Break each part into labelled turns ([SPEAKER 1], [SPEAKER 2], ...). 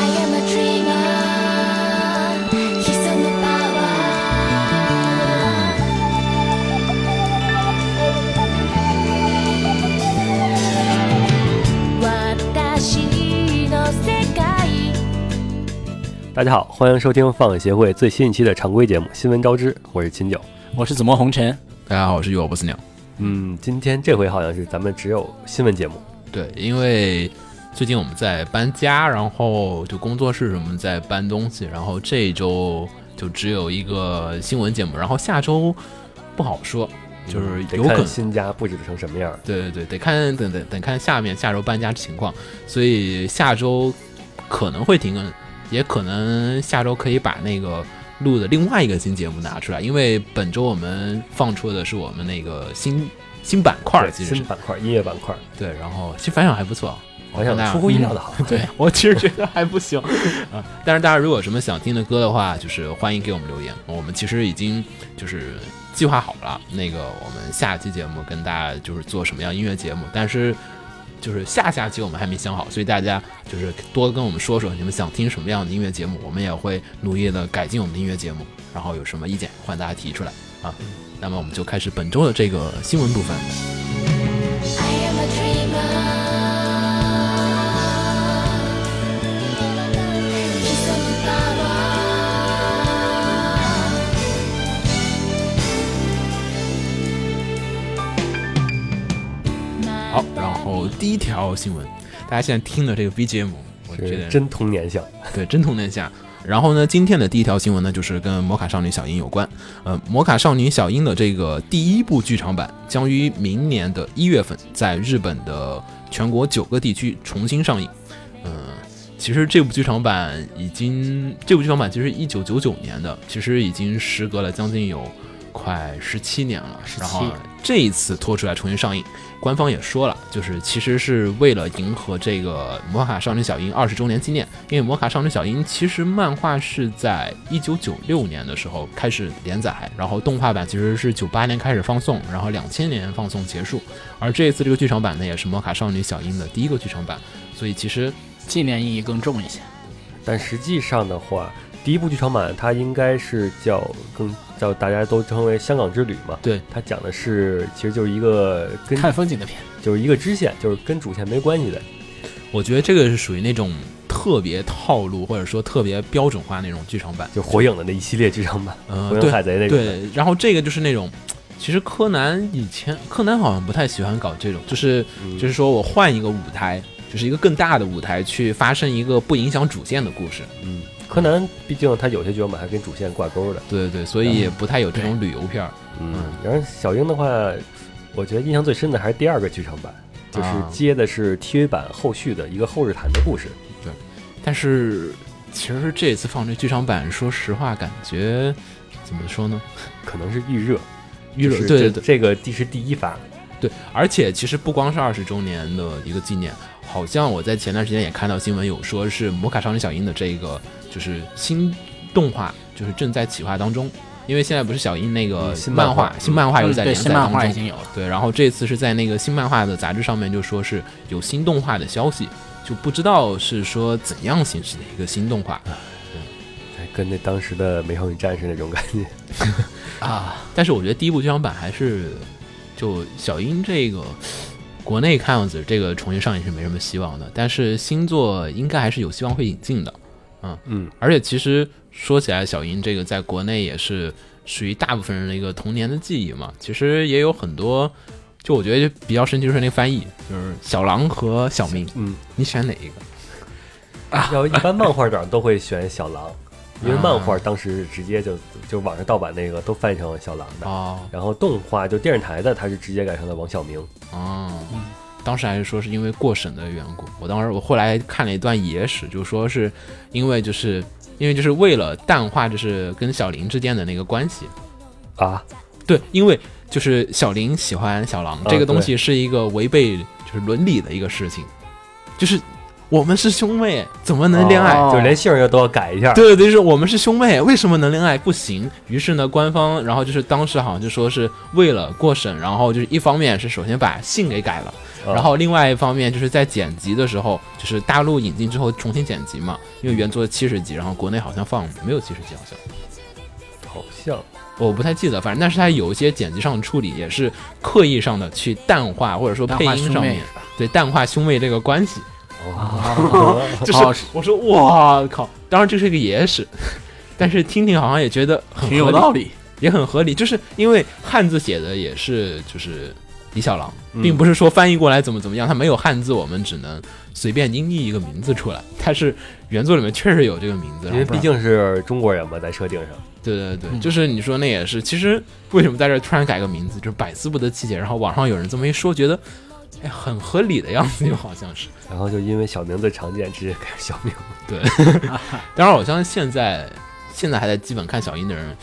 [SPEAKER 1] I am a dreamer. He's on the power. Watashi no sekai.
[SPEAKER 2] 大家好，欢迎收听放协会最新一期的常规节目《新闻招之》，我是秦九。
[SPEAKER 3] 我是紫陌红尘。
[SPEAKER 4] 大家好，我是有我不死鸟。
[SPEAKER 2] 嗯，今天这回好像是咱们只有新闻节目，
[SPEAKER 4] 对，因为最近我们在搬家，然后就工作室什么在搬东西，然后这一周就只有一个新闻节目，然后下周不好说，就是
[SPEAKER 2] 嗯得
[SPEAKER 4] 有可
[SPEAKER 2] 看
[SPEAKER 4] 能。
[SPEAKER 2] 新家布置成什么样。
[SPEAKER 4] 对对对，得看等等等看下面下周搬家情况，所以下周可能会停更，也可能下周可以把那个录的另外一个新节目拿出来，因为本周我们放出的是我们那个新新板块儿，
[SPEAKER 2] 对
[SPEAKER 4] 其实是
[SPEAKER 2] 新板块、音乐板块，
[SPEAKER 4] 对，然后其实反响还不错，
[SPEAKER 2] 好像
[SPEAKER 4] 我看大家
[SPEAKER 2] 出乎意料的好。
[SPEAKER 4] 对我其实觉得还不行 啊。但是大家如果有什么想听的歌的话，就是欢迎给我们留言。我们其实已经就是计划好了，那个我们下期节目跟大家就是做什么样音乐节目，但是就是下下期我们还没想好，所以大家就是多跟我们说说你们想听什么样的音乐节目，我们也会努力的改进我们的音乐节目，然后有什么意见欢迎大家提出来啊。那么我们就开始本周的这个新闻部分。
[SPEAKER 1] I am a dreamer. He's on the power.
[SPEAKER 4] 好，然后第一条新闻，大家现在听的这个 BGM，我觉
[SPEAKER 2] 是
[SPEAKER 4] 得
[SPEAKER 2] 真童年像，
[SPEAKER 4] 对，真童年下。然后呢，今天的第一条新闻呢，就是跟《魔卡少女小樱》有关。呃，《魔卡少女小樱》的这个第一部剧场版将于明年的一月份在日本的全国九个地区重新上映。嗯、其实这部剧场版已经，这部剧场版其实一九九九年的，其实已经时隔了将近有快十七年了。然后这一次拖出来重新上映，官方也说了，就是其实是为了迎合这个《魔卡少女小樱》二十周年纪念，因为《魔卡少女小樱》其实漫画是在一九九六年的时候开始连载，然后动画版其实是九八年开始放送，然后两千年放送结束，而这一次这个剧场版呢，也是《魔卡少女小樱》的第一个剧场版，所以其实
[SPEAKER 3] 纪念意义更重一些。
[SPEAKER 2] 但实际上的话，第一部剧场版它应该是叫更叫大家都称为香港之旅嘛。
[SPEAKER 4] 对，
[SPEAKER 2] 它讲的是其实就是一个跟
[SPEAKER 3] 看风景的片，
[SPEAKER 2] 就是一个支线，就是跟主线没关系的。
[SPEAKER 4] 我觉得这个是属于那种特别套路或者说特别标准化那种剧场版，
[SPEAKER 2] 就火影的那一系列剧场版，
[SPEAKER 4] 嗯、
[SPEAKER 2] 火影
[SPEAKER 4] 对
[SPEAKER 2] 海贼那种的。
[SPEAKER 4] 对，然后这个就是那种，其实柯南以前柯南好像不太喜欢搞这种，就是
[SPEAKER 2] 嗯
[SPEAKER 4] 就是说我换一个舞台，就是一个更大的舞台去发生一个不影响主线的故事。
[SPEAKER 2] 嗯，柯南毕竟它有些剧场版还跟主线挂钩的。
[SPEAKER 4] 对对对，所以也不太有这种旅游片儿。
[SPEAKER 2] 嗯，然后小樱的话，我觉得印象最深的还是第二个剧场版，就是
[SPEAKER 4] 啊
[SPEAKER 2] 接的是 TV 版后续的一个后日谈的故事。
[SPEAKER 4] 但是其实这次放这剧场版，说实话感觉怎么说呢？
[SPEAKER 2] 可能是预热，
[SPEAKER 4] 预热
[SPEAKER 2] 就是
[SPEAKER 4] 对
[SPEAKER 2] 这
[SPEAKER 4] 对对
[SPEAKER 2] 这个第是第一发，
[SPEAKER 4] 对，而且其实不光是二十周年的一个纪念，好像我在前段时间也看到新闻有说是《魔卡少女小樱》的这个就是新动画，就是正在企划当中。因为现在不是小樱那个
[SPEAKER 2] 嗯新漫
[SPEAKER 4] 漫画，
[SPEAKER 2] 画
[SPEAKER 4] 新漫画又在
[SPEAKER 3] 嗯对
[SPEAKER 4] 连载
[SPEAKER 3] 新
[SPEAKER 4] 当
[SPEAKER 3] 漫
[SPEAKER 4] 中，
[SPEAKER 3] 画已经有了。
[SPEAKER 4] 对，然后这次是在那个新漫画的杂志上面就说是有新动画的消息，就不知道是说怎样形式的一个新动画。
[SPEAKER 2] 哎跟那当时的美少女战士那种感觉。
[SPEAKER 3] 啊，
[SPEAKER 4] 但是我觉得第一部剧场版还是就小樱这个国内看样子这个重新上映是没什么希望的，但是新作应该还是有希望会引进的。
[SPEAKER 2] 嗯，
[SPEAKER 4] 而且其实说起来，小樱这个在国内也是属于大部分人的一个童年的记忆嘛。其实也有很多，就我觉得比较神奇就是那个翻译，就是小狼和小明，
[SPEAKER 2] 嗯，
[SPEAKER 4] 你选哪一个？啊
[SPEAKER 2] 要一般漫画党都会选小狼， 因为漫画
[SPEAKER 4] 啊
[SPEAKER 2] 当时直接就就网上盗版那个都翻译成小狼的。
[SPEAKER 4] 哦
[SPEAKER 2] 然后动画就电视台的，它是直接改成了王小明。
[SPEAKER 4] 哦，当时还是说是因为过审的缘故。我当时我后来看了一段野史，就说是因为就是因为就是为了淡化就是跟小林之间的那个关系。
[SPEAKER 2] 啊，
[SPEAKER 4] 对，因为就是小林喜欢小狼、这个东西是一个违背就是伦理的一个事情，就是我们是兄妹，怎么能恋爱？
[SPEAKER 3] 哦
[SPEAKER 2] 就连姓儿都要改一下。
[SPEAKER 4] 对对，就是我们是兄妹，为什么能恋爱不行？于是呢，官方然后就是当时好像就说是为了过审，然后就是一方面是首先把姓给改了，
[SPEAKER 2] 啊
[SPEAKER 4] 然后另外一方面就是在剪辑的时候，就是大陆引进之后重新剪辑嘛，因为原作七十集，然后国内好像放没有七十集，好像
[SPEAKER 2] 好像
[SPEAKER 4] 我不太记得，反正但是它有一些剪辑上的处理也是刻意上的去淡化，或者说配音上面对淡化兄妹这个关系，
[SPEAKER 3] 哦，
[SPEAKER 4] 就是、
[SPEAKER 3] 哦是
[SPEAKER 4] 我说哇靠，当然这是个野史， 但是听听好像也觉得很
[SPEAKER 3] 挺有
[SPEAKER 4] 合理
[SPEAKER 3] 道理。
[SPEAKER 4] 也很合理，就是因为汉字写的也是就是李小狼，
[SPEAKER 2] 嗯
[SPEAKER 4] 并不是说翻译过来怎么怎么样，它没有汉字，我们只能随便音译一个名字出来。它是原作里面确实有这个名字，
[SPEAKER 2] 嗯因为
[SPEAKER 4] 然后不
[SPEAKER 2] 毕
[SPEAKER 4] 然
[SPEAKER 2] 竟是中国人嘛，在设定上。
[SPEAKER 4] 对对对，
[SPEAKER 3] 嗯
[SPEAKER 4] 就是你说那也是，其实为什么在这儿突然改个名字，就是百思不得其解。然后网上有人这么一说，觉得哎很合理的样子，又好像是。
[SPEAKER 2] 然后就因为小名字常见，直接改小名。
[SPEAKER 4] 当然，我相信现在现在还在基本看小樱的人，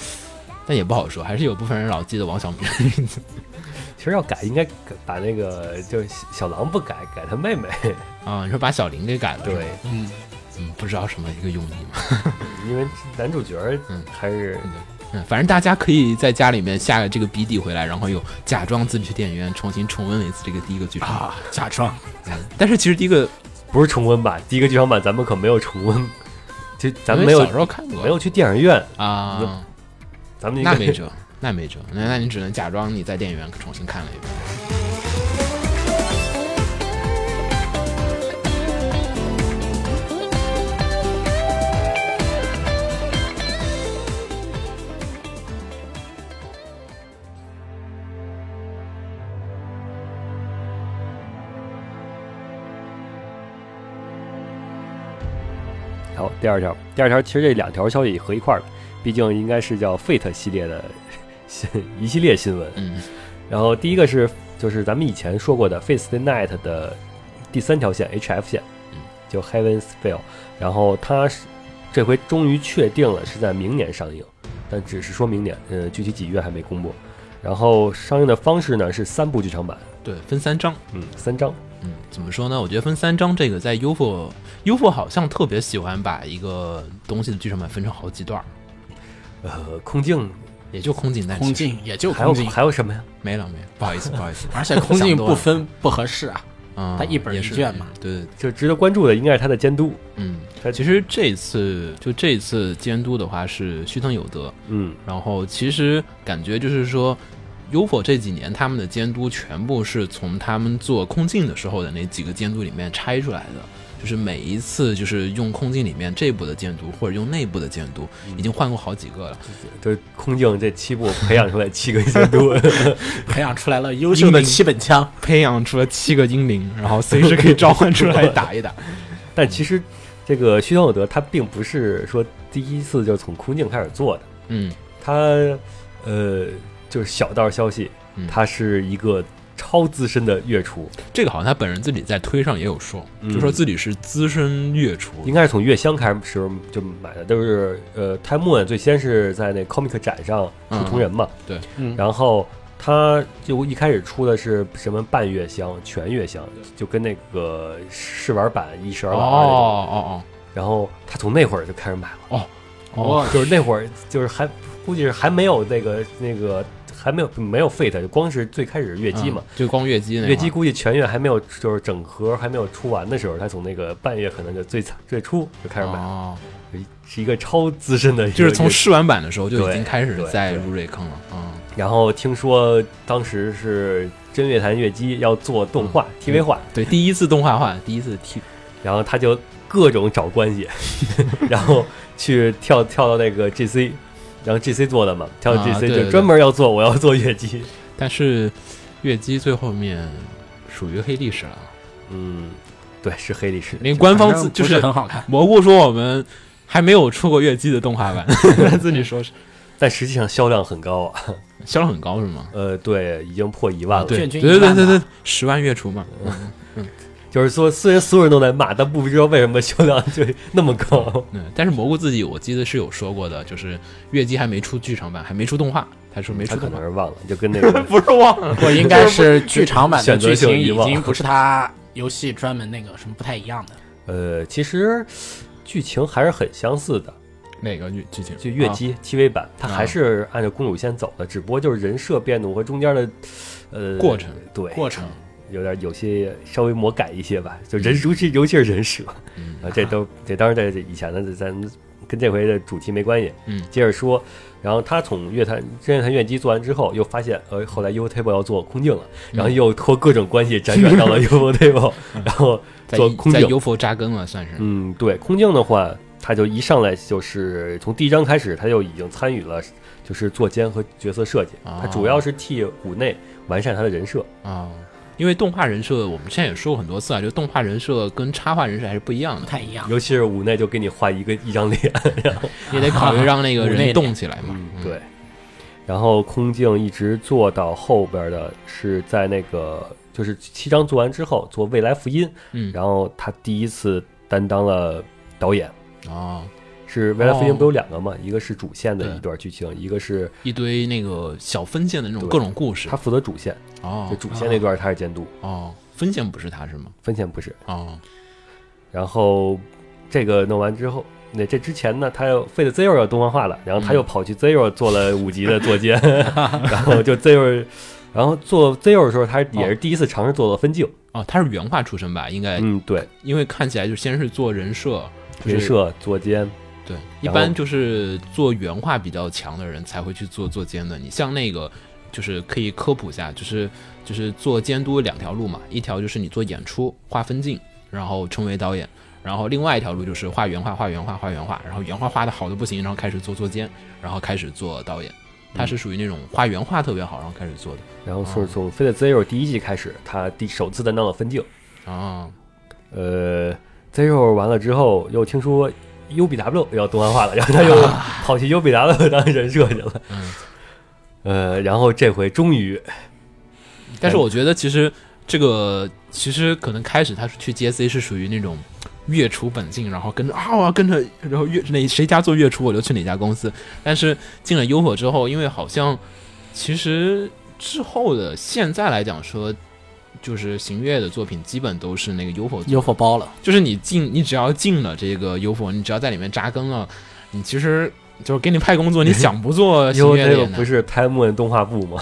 [SPEAKER 4] 但也不好说，还是有部分人老记得王小明的名字
[SPEAKER 2] 其实要改，应该改把那个就是小狼不改，改他妹妹。
[SPEAKER 4] 啊。你说把小林给改了，是吧
[SPEAKER 2] 对，
[SPEAKER 3] 嗯，
[SPEAKER 4] 嗯，不知道什么一个用意嘛。
[SPEAKER 2] 因为男主角
[SPEAKER 4] 嗯
[SPEAKER 2] 还是
[SPEAKER 4] 嗯，反正大家可以在家里面下个这个笔底回来，然后又假装自己去电影院重新重温了一次这个第一个剧场。嗯
[SPEAKER 3] 啊，假装
[SPEAKER 4] 但是其实第一个
[SPEAKER 2] 不是重温吧？第一个剧场版咱们可没有重温，就咱们没
[SPEAKER 4] 因为
[SPEAKER 2] 有
[SPEAKER 4] 小时候看过，
[SPEAKER 2] 没有去电影院，
[SPEAKER 4] 啊，
[SPEAKER 2] 咱们应
[SPEAKER 4] 那
[SPEAKER 2] 该
[SPEAKER 4] 没辙，那没辙，那那你只能假装你在电影院重新看了一遍。嗯
[SPEAKER 2] 好，第二条，第二条其实这两条消息合一块儿了，毕竟应该是叫 Fate 系列的新一系列新闻。
[SPEAKER 4] 嗯
[SPEAKER 2] 然后第一个是就是咱们以前说过的 Fate Stay Night 的第三条线 HF 线
[SPEAKER 4] 嗯，
[SPEAKER 2] 就 Heaven's Veil，然后它是这回终于确定了是在明年上映，但只是说明年，呃，具体几月还没公布。然后上映的方式呢是三部剧场版，
[SPEAKER 4] 对，分三章。
[SPEAKER 2] 嗯，三章，
[SPEAKER 4] 嗯，怎么说呢？我觉得分三章这个在 UFO UFO 好像特别喜欢把一个东西的剧场版分成好几段儿，
[SPEAKER 2] 呃，空镜
[SPEAKER 4] 也就空警但
[SPEAKER 3] 空镜也就
[SPEAKER 2] 还有
[SPEAKER 3] 空镜，
[SPEAKER 2] 还有什么呀？
[SPEAKER 4] 没了没了，不好意思不好意思，
[SPEAKER 3] 而且空镜
[SPEAKER 4] 想多了
[SPEAKER 3] 不分不合适啊。
[SPEAKER 4] 嗯，
[SPEAKER 3] 它一本
[SPEAKER 4] 也
[SPEAKER 3] 一
[SPEAKER 4] 是
[SPEAKER 3] 卷嘛，
[SPEAKER 4] 对对对。
[SPEAKER 2] 就值得关注的应该是他的监督，
[SPEAKER 4] 嗯
[SPEAKER 2] 他，
[SPEAKER 4] 其实这次就这次监督的话是须藤有德，
[SPEAKER 2] 嗯，
[SPEAKER 4] 然后其实感觉就是说，UFO 这几年他们的监督全部是从他们做空镜的时候的那几个监督里面拆出来的，就是每一次就是用空镜里面这部的监督或者用内部的监督，已经换过好几个了。
[SPEAKER 2] 就是空镜这七部培养出来七个监 督，
[SPEAKER 3] 培养出来了优秀的七本枪，
[SPEAKER 4] 培养出了七个英灵，然后随时可以召唤出来打一打。
[SPEAKER 2] 但其实这个徐小德他并不是说第一次就从空镜开始做的，
[SPEAKER 4] 嗯，
[SPEAKER 2] 他呃就是小道消息
[SPEAKER 4] 嗯，
[SPEAKER 2] 他是一个超资深的乐厨，
[SPEAKER 3] 嗯
[SPEAKER 4] 这个好像他本人自己在推上也有说，
[SPEAKER 2] 嗯
[SPEAKER 4] 就说自己是资深乐厨，
[SPEAKER 2] 应该是从乐香开始就买的，都是呃 Time Moon 最先是在那 Comic 展上出同人嘛，
[SPEAKER 3] 嗯，
[SPEAKER 2] 然后。他就一开始出的是什么半月香、全月香，就跟那个试玩版一试
[SPEAKER 4] 哦
[SPEAKER 2] 玩版那种
[SPEAKER 4] 哦
[SPEAKER 2] 然后他从那会儿就开始买了，
[SPEAKER 4] 哦哦，
[SPEAKER 2] 就是那会儿就是还估计是还没有那个那个还没有没有 Fate，就光是最开始月姬嘛，
[SPEAKER 4] 嗯，就光月姬那
[SPEAKER 2] 月姬
[SPEAKER 4] 会儿
[SPEAKER 2] 估计全月还没有就是整盒还没有出完的时候，他从那个半月可能就最惨最初就开始买，
[SPEAKER 4] 哦，
[SPEAKER 2] 是一个超资深的一个，
[SPEAKER 4] 就是从试玩版的时候就已
[SPEAKER 2] 对
[SPEAKER 4] 经开始
[SPEAKER 2] 对
[SPEAKER 4] 在
[SPEAKER 2] 对
[SPEAKER 4] 入瑞坑了，嗯，
[SPEAKER 2] 然后听说当时是真乐坛月姬要做动画、TV
[SPEAKER 4] 嗯
[SPEAKER 2] 画，
[SPEAKER 4] 对，第一次动画化，第一次 T，
[SPEAKER 2] 然后他就各种找关 系，然后去跳跳到那个 GC。然后 GC 做的嘛，跳到
[SPEAKER 4] 啊
[SPEAKER 2] GC
[SPEAKER 4] 对对
[SPEAKER 2] 就
[SPEAKER 4] 对
[SPEAKER 2] 专门要做，我要做月姬，
[SPEAKER 4] 但是月姬最后面属于黑历史了，
[SPEAKER 2] 嗯，对，是黑历史。
[SPEAKER 4] 连官方
[SPEAKER 3] 反
[SPEAKER 4] 自
[SPEAKER 3] 正
[SPEAKER 4] 就
[SPEAKER 3] 不
[SPEAKER 4] 是
[SPEAKER 3] 是很好 看。
[SPEAKER 4] 蘑菇说我们还没有出过月姬的动画版， 他自己说是
[SPEAKER 2] 但实际上销量很高啊，
[SPEAKER 4] 销量很高是吗？啊
[SPEAKER 2] 呃，对，已经破一万了。
[SPEAKER 4] 对
[SPEAKER 3] 卷
[SPEAKER 4] 对
[SPEAKER 3] 军
[SPEAKER 4] 对
[SPEAKER 3] 一万
[SPEAKER 4] 对对
[SPEAKER 3] 吧
[SPEAKER 4] 对，十万月厨嘛，
[SPEAKER 2] 就是说虽然所有人都在骂，但不知道为什么销量就那么高。
[SPEAKER 4] 嗯，但是蘑菇自己我记得是有说过的，就是月姬还没出剧场版，还没出动画，他说没
[SPEAKER 2] 他
[SPEAKER 4] 出
[SPEAKER 2] 可
[SPEAKER 4] 动画
[SPEAKER 2] 能，是忘了，就跟那 个
[SPEAKER 4] 不是忘了，
[SPEAKER 3] 我应该是剧场版的
[SPEAKER 2] 选择
[SPEAKER 3] 剧
[SPEAKER 2] 性
[SPEAKER 3] 情
[SPEAKER 2] 遗
[SPEAKER 3] 已
[SPEAKER 2] 忘
[SPEAKER 3] 经不是他游戏专门那个什么不太一样的。
[SPEAKER 2] 呃，其实剧情还是很相似的，
[SPEAKER 4] 哪个剧剧情？
[SPEAKER 2] 就月
[SPEAKER 4] 啊
[SPEAKER 2] 姬 TV 版，它
[SPEAKER 4] 啊
[SPEAKER 2] 还是按照公主线走的，只不过就是人设变动和中间的呃
[SPEAKER 4] 过程，
[SPEAKER 2] 对
[SPEAKER 3] 过程
[SPEAKER 2] 有点有些稍微魔改一些吧，就人尤其尤其是人设
[SPEAKER 4] 嗯
[SPEAKER 2] 啊，这都这当然在这以前的咱们跟这回的主题没关系，
[SPEAKER 4] 嗯
[SPEAKER 2] 接着说，然后他从乐坛真乐坛院机做完之后，又发现呃后来 U Table 要做空镜了，然
[SPEAKER 4] 嗯
[SPEAKER 2] 后又托各种关系辗转 到了 U Table，然后
[SPEAKER 4] 在
[SPEAKER 2] 做空
[SPEAKER 4] 在
[SPEAKER 2] 镜，
[SPEAKER 4] UFO 扎根了，算是。
[SPEAKER 2] 嗯，对，空镜的话，他就一上来就是从第一章开始，他就已经参与了就是作监和角色设计，
[SPEAKER 4] 哦
[SPEAKER 2] 他主要是替五内完善他的人设，
[SPEAKER 4] 啊、因为动画人设我们之前也说过很多次啊，就动画人设跟插画人设还是不一样
[SPEAKER 3] 不
[SPEAKER 4] 的，
[SPEAKER 3] 太一样，
[SPEAKER 2] 尤其是五内就给你画一个一张脸。
[SPEAKER 4] 也得考虑让 那个
[SPEAKER 3] 无内
[SPEAKER 4] 人
[SPEAKER 3] 敛
[SPEAKER 4] 动起来嘛
[SPEAKER 2] 嗯。，， 对。然后空镜一直做到后边的是在那个就是七章做完之后做未来福音，
[SPEAKER 4] 嗯，
[SPEAKER 2] 然后他第一次担当了导演。
[SPEAKER 4] 哦，
[SPEAKER 2] 是未来福音
[SPEAKER 4] 哦
[SPEAKER 2] 不有两个嘛？一个是主线的
[SPEAKER 4] 对
[SPEAKER 2] 一段剧情，一个是
[SPEAKER 4] 一堆那个小分线的那种
[SPEAKER 2] 对
[SPEAKER 4] 各种故事
[SPEAKER 2] 他，负责主线，就
[SPEAKER 4] 哦
[SPEAKER 2] 主线那段他是监督，
[SPEAKER 4] 哦，分线不是他是吗？
[SPEAKER 2] 分线不是。
[SPEAKER 4] 哦，
[SPEAKER 2] 然后这个弄完之后，那这之前呢，他又 Fate Zero 要动画化了，然后他又跑去 Zero 做了五级的作监， 然后就 Zero，然后做 Zero 的时候，他也是第一次尝试做了分镜。
[SPEAKER 4] 哦，他是原画出身吧？应该，
[SPEAKER 2] 嗯，对，
[SPEAKER 4] 因为看起来就先是做人设，哎就是
[SPEAKER 2] 人设、作监，
[SPEAKER 4] 对，一
[SPEAKER 2] 然
[SPEAKER 4] 般
[SPEAKER 2] 后
[SPEAKER 4] 就是做原画比较强的人才会去做做监的。你像那个，就是可以科普一下，就是就是做监督两条路嘛，一条就是你做演出画分镜，然后成为导演，然后另外一条路就是画原画画原画画原画，然后原画画的好的不行，然后开始做做监，然后开始做导演。他
[SPEAKER 2] 嗯
[SPEAKER 4] 是属于那种画原画特别好，然后开始做的
[SPEAKER 2] 然后是从 Fate Zero 第一季开始，他第首次担当了分镜。
[SPEAKER 4] 啊。
[SPEAKER 2] 呃，Zero 完了之后，又听说 UBW 要动画化了，然后他又跑去 UBW 当人设去了。
[SPEAKER 4] 嗯
[SPEAKER 2] 呃，然后这回终于
[SPEAKER 4] 但是我觉得其实这个其实可能开始他去 JC 是属于那种月厨本性，然后跟着啊我要跟着，然后月哪谁家做月厨我就去哪家公司。但是进了 UFO 之后，因为好像其实之后的现在来讲说。就是行月的作品基本都是那个 UFO 做的
[SPEAKER 3] UFO 包了，
[SPEAKER 4] 就是你进，你只要进了这个 UFO，你只要在里面扎根了，你其实就是给你派工作，你想不做行月的也
[SPEAKER 2] UBW
[SPEAKER 4] 难
[SPEAKER 2] 不是 Time 动画部吗？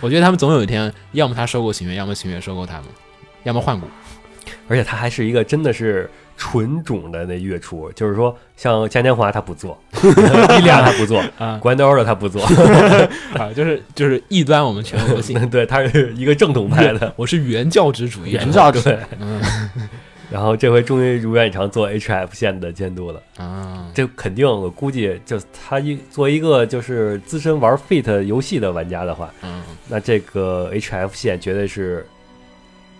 [SPEAKER 4] 我觉得他们总有一天，要么他收购行月，要么行月收购他们，要么换股。
[SPEAKER 2] 而且他还是一个真的是纯种的那月厨，就是说像嘉年华他不 做，伊利亚他不做，
[SPEAKER 4] 啊
[SPEAKER 2] 关刀的他 不做，
[SPEAKER 4] 啊，就是就是异端我们全国 性。
[SPEAKER 2] 对，他是一个正统派的。
[SPEAKER 4] 我是原教旨主义者，
[SPEAKER 3] 原教旨
[SPEAKER 2] 对，
[SPEAKER 4] 嗯
[SPEAKER 2] 然后这回终于如愿以偿做 HF 线的监督了。
[SPEAKER 4] 啊，
[SPEAKER 2] 这肯定，我估计就他一作为一个就是资深玩 Fate 游戏的玩家的话，
[SPEAKER 4] 嗯
[SPEAKER 2] 那这个 HF 线绝对是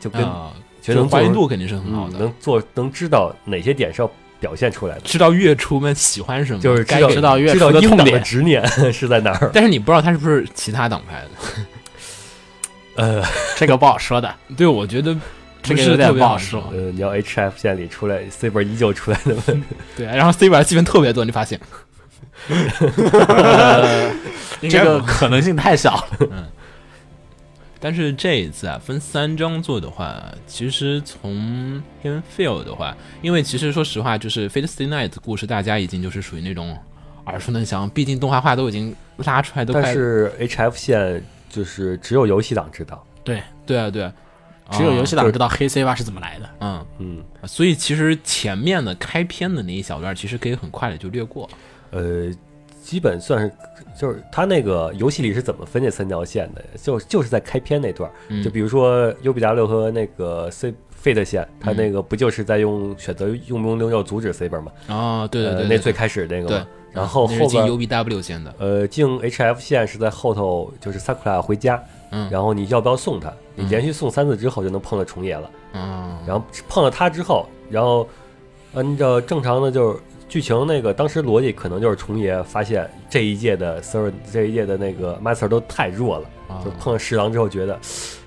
[SPEAKER 2] 就跟、
[SPEAKER 4] 啊，
[SPEAKER 2] 觉得能做
[SPEAKER 4] 还原度肯定是很好
[SPEAKER 2] 嗯
[SPEAKER 4] 的。
[SPEAKER 2] 能做能知道哪些点是要表现出来的，
[SPEAKER 4] 知道月初们喜欢什么，
[SPEAKER 2] 就是
[SPEAKER 4] 嗯该
[SPEAKER 2] 知道
[SPEAKER 4] 给
[SPEAKER 3] 知道月
[SPEAKER 2] 知道
[SPEAKER 3] 厨的
[SPEAKER 2] 英
[SPEAKER 3] 痛
[SPEAKER 2] 党的
[SPEAKER 3] 点，
[SPEAKER 2] 执念 是在哪儿。
[SPEAKER 4] 但是你不知道他是不是其他党派的。
[SPEAKER 2] 呃
[SPEAKER 3] 这个不好说的，
[SPEAKER 4] 对，我觉得
[SPEAKER 3] 这
[SPEAKER 4] 不
[SPEAKER 3] 个
[SPEAKER 4] 是特
[SPEAKER 3] 有点
[SPEAKER 4] 别
[SPEAKER 3] 不好
[SPEAKER 4] 说
[SPEAKER 3] 说。
[SPEAKER 2] 呃，你要 HF 线里出来 C 本依旧出来的问题，
[SPEAKER 4] 对，然后 C 版戏份特别多，你发现
[SPEAKER 3] 这个可能性太小了。
[SPEAKER 4] 但是这一次啊，分三章做的话，其实从偏 feel 的话，因为其实说实话，就是《Fate Stay Night》的故事，大家已经就是属于那种耳熟能详，毕竟动画化都已经拉出来， 都
[SPEAKER 2] 但
[SPEAKER 4] 快
[SPEAKER 2] 是 HF 线就是只有游戏党知道，
[SPEAKER 3] 对，
[SPEAKER 4] 对啊对啊，
[SPEAKER 3] 只有游戏党
[SPEAKER 2] 对
[SPEAKER 3] 知道黑 C 八是怎么来的。
[SPEAKER 4] 啊
[SPEAKER 2] 嗯，
[SPEAKER 4] 嗯，所以其实前面的开篇的那一小段，其实可以很快的就略过。
[SPEAKER 2] 呃，基本算是就是他那个游戏里是怎么分这三条线的，就就是在开篇那段儿，
[SPEAKER 4] 嗯
[SPEAKER 2] 就比如说 U B W 和那个 C Fate 线，
[SPEAKER 4] 嗯
[SPEAKER 2] 他那个不就是在用选择用不用用要阻止 C 本嘛？
[SPEAKER 4] 哦，对对对
[SPEAKER 2] 呃，
[SPEAKER 4] 对
[SPEAKER 2] 那最开始那个
[SPEAKER 4] 对
[SPEAKER 2] 嘛。，然后
[SPEAKER 4] 那
[SPEAKER 2] 后
[SPEAKER 4] 是进
[SPEAKER 2] 边
[SPEAKER 4] UBW 先的，
[SPEAKER 2] 呃，进 H F 线是在后头，就是 Sakura 回家，
[SPEAKER 4] 嗯
[SPEAKER 2] 然后你要不要送他？你
[SPEAKER 4] 嗯
[SPEAKER 2] 连续送三次之后就能碰到重爷了。
[SPEAKER 4] 嗯，
[SPEAKER 2] 然后碰到他之后，然后按照正常的就是剧情那个当时逻辑，可能就是重爷发现这一届的 Sir 这一届的那个 Master 都太弱了，
[SPEAKER 4] 啊
[SPEAKER 2] 就碰到侍郎之后觉得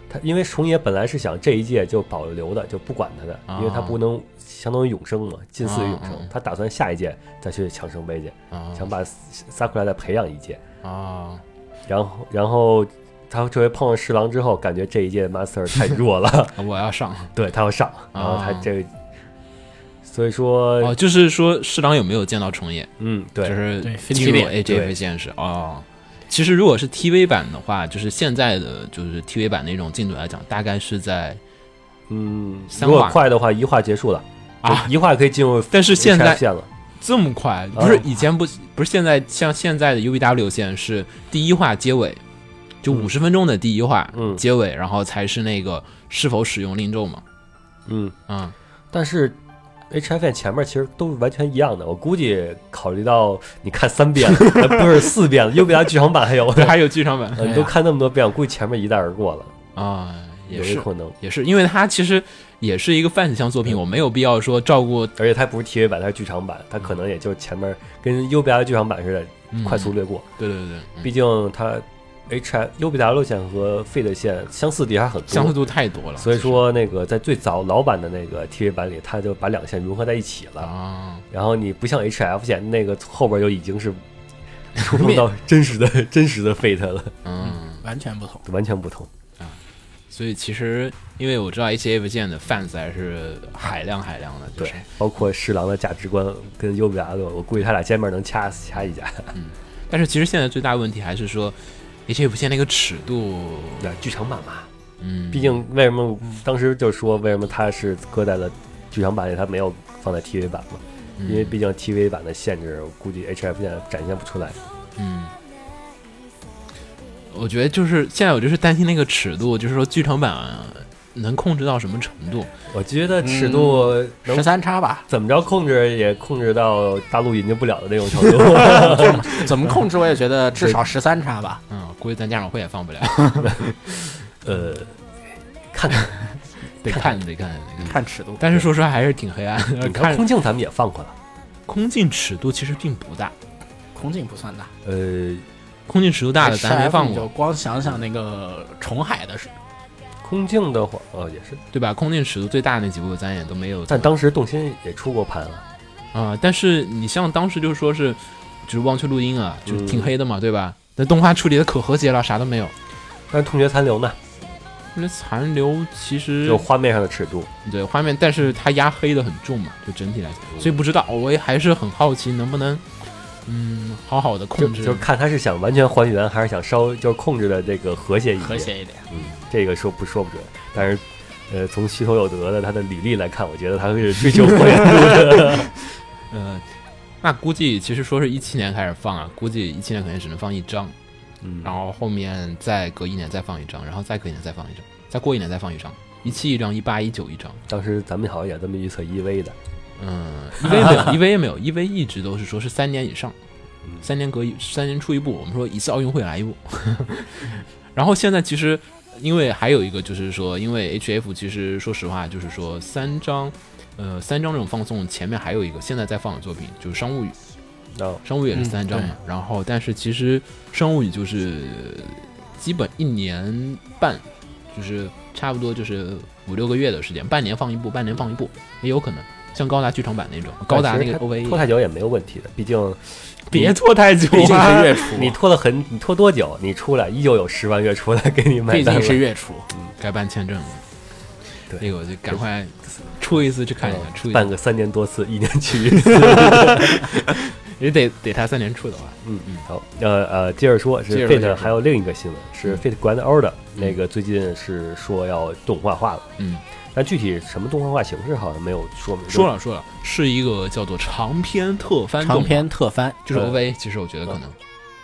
[SPEAKER 2] 他因为熊野本来是想这一届就保留的，就不管他的，因为他
[SPEAKER 4] 啊
[SPEAKER 2] 不能相当于永生嘛，近似于永
[SPEAKER 4] 啊啊
[SPEAKER 2] 生。他打算下一届再去强升杯去，
[SPEAKER 4] 啊
[SPEAKER 2] 想把萨库拉再培养一届。
[SPEAKER 4] 啊，
[SPEAKER 2] 然后，然后他这回碰上侍郎之后，感觉这一届 master 太弱了，
[SPEAKER 4] 啊我要上
[SPEAKER 2] 对他要上，然后他
[SPEAKER 4] 啊
[SPEAKER 2] 这，所以说，
[SPEAKER 4] 哦，就是说侍郎有没有见到重野？
[SPEAKER 2] 嗯，
[SPEAKER 4] 就
[SPEAKER 2] 对，
[SPEAKER 4] 是
[SPEAKER 3] 对
[SPEAKER 4] 进入
[SPEAKER 3] TVB
[SPEAKER 4] AJF 现实哦。其实如果是 TV 版的话，就是现在的就是 TV 版那种进度来讲，大概是在，
[SPEAKER 2] 嗯，
[SPEAKER 4] 三
[SPEAKER 2] 如果
[SPEAKER 4] 话
[SPEAKER 2] 快的话，一话结束了
[SPEAKER 4] 啊
[SPEAKER 2] 一话可以进入
[SPEAKER 4] 但是现
[SPEAKER 2] HF
[SPEAKER 4] 在
[SPEAKER 2] 线了，
[SPEAKER 4] 这么快，不
[SPEAKER 2] 嗯
[SPEAKER 4] 是以前不不是现在像现在的 UBW 线是第一话结尾，就
[SPEAKER 2] 嗯
[SPEAKER 4] 五十分钟的第一话
[SPEAKER 2] 嗯
[SPEAKER 4] 结尾，然后才是那个是否使用令咒嘛，
[SPEAKER 2] 嗯，
[SPEAKER 4] 嗯，
[SPEAKER 2] 但是 H F 线前面其实都是完全一样的，我估计考虑到你看三 遍了，呃不是四遍了，又比他剧场版还有，
[SPEAKER 4] 对，还有剧场版哎
[SPEAKER 2] 呃你都看那么多遍，我估计前面一带而过了，
[SPEAKER 4] 啊，也
[SPEAKER 2] 有
[SPEAKER 4] 是
[SPEAKER 2] 可能，
[SPEAKER 4] 也是，因为它其实也是一个泛指向作品，
[SPEAKER 2] 嗯
[SPEAKER 4] 我没有必要说照顾
[SPEAKER 2] 而且它不是 TV 版，它是剧场版，它可能也就前面跟 U B I 剧场版似的
[SPEAKER 4] 嗯
[SPEAKER 2] 快速略过，
[SPEAKER 4] 对对对，嗯
[SPEAKER 2] 毕竟它 H F U B W 线和 Feed 线相似地还很
[SPEAKER 4] 相似
[SPEAKER 2] 多。
[SPEAKER 4] 度太多了，
[SPEAKER 2] 所以说，那个在最早老版的那个 TV 版里，它就把两线融合在一起了。
[SPEAKER 4] 啊，
[SPEAKER 2] 然后你不像 HF 线那个后边就已经 是触碰到真实的真实的 Fate 了，
[SPEAKER 4] 嗯，
[SPEAKER 3] 完全不同。
[SPEAKER 2] 完全不同。
[SPEAKER 4] 所以其实因为我知道 H F 键的 fans 还是海量海量的，就是
[SPEAKER 2] 对，包括侍郎的价值观跟 U B W，我估计他俩见面能掐死掐一架。
[SPEAKER 4] 但是其实现在最大问题还是说 H F 线那个尺度，
[SPEAKER 2] 那呃剧场版嘛，
[SPEAKER 4] 嗯，
[SPEAKER 2] 毕竟为什么当时就说为什么他是搁在了剧场版里，他没有放在 TV 版嘛？因为毕竟 TV 版的限制，我估计 HF 线展现不出来。
[SPEAKER 4] 嗯。我觉得就是现在，我就是担心那个尺度，就是说剧场版啊能控制到什么程度？
[SPEAKER 2] 我觉得尺度能
[SPEAKER 3] 十三叉 吧，
[SPEAKER 2] 怎么着控制也控制到大陆引进不了的那种程 度。
[SPEAKER 3] 怎么控制我也觉得至少十三叉吧。
[SPEAKER 4] 嗯，估计咱家长会也放不了，
[SPEAKER 2] 呃，看看。
[SPEAKER 4] 得看得看得看。
[SPEAKER 3] 看尺度，
[SPEAKER 4] 但是说实话还是 挺黑暗的，
[SPEAKER 2] 你看
[SPEAKER 4] 看
[SPEAKER 2] 空镜咱们也放过了，
[SPEAKER 4] 空镜尺度其实并不大，
[SPEAKER 3] 空镜不算大，
[SPEAKER 2] 呃，
[SPEAKER 4] 空镜尺度大的咱没
[SPEAKER 3] HF
[SPEAKER 4] 放
[SPEAKER 3] 你就
[SPEAKER 4] 过，
[SPEAKER 3] 光想想那个虫海的事，
[SPEAKER 2] 空镜的话，呃，也是，
[SPEAKER 4] 对吧？空镜尺度最大的那几部咱也都没有。
[SPEAKER 2] 但当时动心也出过盘了，
[SPEAKER 4] 啊、但是你像当时就说是，就是忘却录音啊，就是
[SPEAKER 2] 嗯
[SPEAKER 4] 挺黑的嘛，对吧？那动画处理的可和谐了，啥都没有。
[SPEAKER 2] 但是痛觉残留呢，
[SPEAKER 4] 那残留其实
[SPEAKER 2] 就画面上的尺度，
[SPEAKER 4] 对画面，但是它压黑的很重嘛，就整体来讲，所以不知道，我也还是很好奇能不能，嗯，好好
[SPEAKER 2] 就
[SPEAKER 4] 的控制。
[SPEAKER 2] 就看他是想完全还原，还是想稍就是控制的这个和谐一些
[SPEAKER 3] 和，谐一点。
[SPEAKER 2] 嗯，这个说不说不准，但是。呃，从虚头有德的他的履历来看，我觉得他是追求还原度的。
[SPEAKER 4] 呃，那估计其实说是一七年开始放啊，估计一七年可能只能放一张，
[SPEAKER 2] 嗯
[SPEAKER 4] 然后后面再隔一年再放一张，然后再隔一年再放一张，再过一年再放一张，一七一张，一八一九一张。
[SPEAKER 2] 当时咱们好像也这么预测 EV 的，
[SPEAKER 4] 嗯，EV 没有，EV 没有，EV 一直都是说是三年以上
[SPEAKER 2] 嗯，
[SPEAKER 4] 三年隔一三年出一部，我们说一次奥运会来一部。 然后现在其实，因为还有一个就是说，因为 HF 其实说实话就是说三张，呃，三张这种放送前面还有一个现在在放的作品就是《商务语》，
[SPEAKER 2] 那、
[SPEAKER 4] 《商务语》也是三张嘛。然后但是其实《商务语》就是基本一年半，就是差不多就是五六个月的时间，半年放一部，半年放一部也有可能。像高达剧场版那种，高达那
[SPEAKER 2] 其
[SPEAKER 4] 个 E
[SPEAKER 2] 实他
[SPEAKER 4] OVA
[SPEAKER 2] 拖太久也没有问题的，毕竟
[SPEAKER 4] 别拖太久
[SPEAKER 3] 毕竟是
[SPEAKER 4] 啊！
[SPEAKER 3] 月初，
[SPEAKER 2] 你拖了很，你拖多久，你出来依旧有十万月出来给你买
[SPEAKER 3] 毕
[SPEAKER 2] 单
[SPEAKER 3] 竟
[SPEAKER 2] 了。
[SPEAKER 3] 是月初，
[SPEAKER 4] 该办签证了，
[SPEAKER 2] 对
[SPEAKER 4] 那个我就赶快出一次去看一下，出一
[SPEAKER 2] 办
[SPEAKER 4] 次
[SPEAKER 2] 个三年多次，一年去一次。
[SPEAKER 4] 也得得他三年出的话，
[SPEAKER 2] 嗯，好，呃呃，接着说，
[SPEAKER 4] 接
[SPEAKER 2] 是
[SPEAKER 4] 着说接着
[SPEAKER 2] Fate
[SPEAKER 4] 说
[SPEAKER 2] 还有另一个新闻是
[SPEAKER 4] 嗯
[SPEAKER 2] Fate Grand Order，那个最近是说要动画化了，
[SPEAKER 4] 嗯，
[SPEAKER 2] 但具体什么动画化形式好像没有说明。
[SPEAKER 4] 说了说了，是一个叫做长篇特番动
[SPEAKER 3] 长
[SPEAKER 4] 画，
[SPEAKER 3] 篇特番，
[SPEAKER 4] 就是
[SPEAKER 2] 呃
[SPEAKER 4] OVA，其实我觉得可能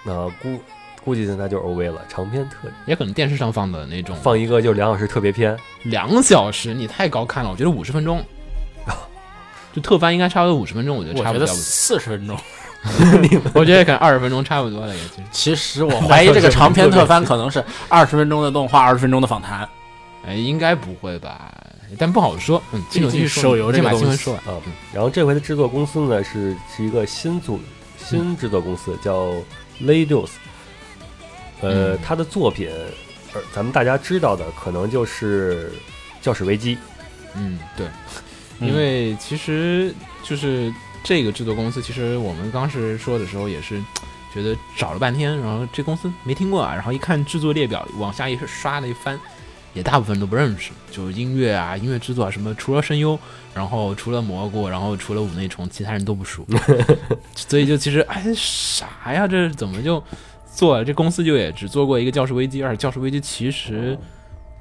[SPEAKER 2] 那、呃估估计那就是 OV 了，长篇特
[SPEAKER 4] 也可能电视上放的那种，
[SPEAKER 2] 放一个就是两小时特别篇，
[SPEAKER 4] 两小时，你太高看了，我觉得五十分 钟，就特番应该差不多五十分钟，我觉得
[SPEAKER 3] 我
[SPEAKER 4] 差
[SPEAKER 3] 觉
[SPEAKER 4] 不
[SPEAKER 3] 得
[SPEAKER 4] 多，
[SPEAKER 3] 四十 分钟。
[SPEAKER 4] 我觉得可能二十分钟差不多了，也就是
[SPEAKER 3] 其实 我怀疑这个长篇特番可能是二十分钟的动画，二十分钟的访谈。
[SPEAKER 4] 哎，应该不会吧？但不好说，嗯，这个
[SPEAKER 3] 毕竟
[SPEAKER 4] 继续
[SPEAKER 3] 手
[SPEAKER 4] 说，
[SPEAKER 3] 游
[SPEAKER 4] 先
[SPEAKER 3] 这个
[SPEAKER 4] 把新
[SPEAKER 3] 东
[SPEAKER 4] 闻
[SPEAKER 3] 西
[SPEAKER 4] 说完，
[SPEAKER 2] 啊，然后这回的制作公司呢是是一个新
[SPEAKER 4] 嗯
[SPEAKER 2] 组新制作公司，叫 Ladios。呃，
[SPEAKER 4] 嗯
[SPEAKER 2] 他的作品呃咱们大家知道的可能就是《教室危机》，
[SPEAKER 4] 嗯，对，因为其实就是这个制作公司，其实我们当时说的时候也是觉得找了半天，然后这公司没听过啊，然后一看制作列表，往下一刷了一翻，也大部分都不认识，就是音乐啊、音乐制作啊什么，除了声优，然后除了蘑菇，然后除了五内虫，其他人都不熟，所以就其实哎啥呀，这怎么就做了？这公司就也只做过一个《教室危机二》，《教室危机》其实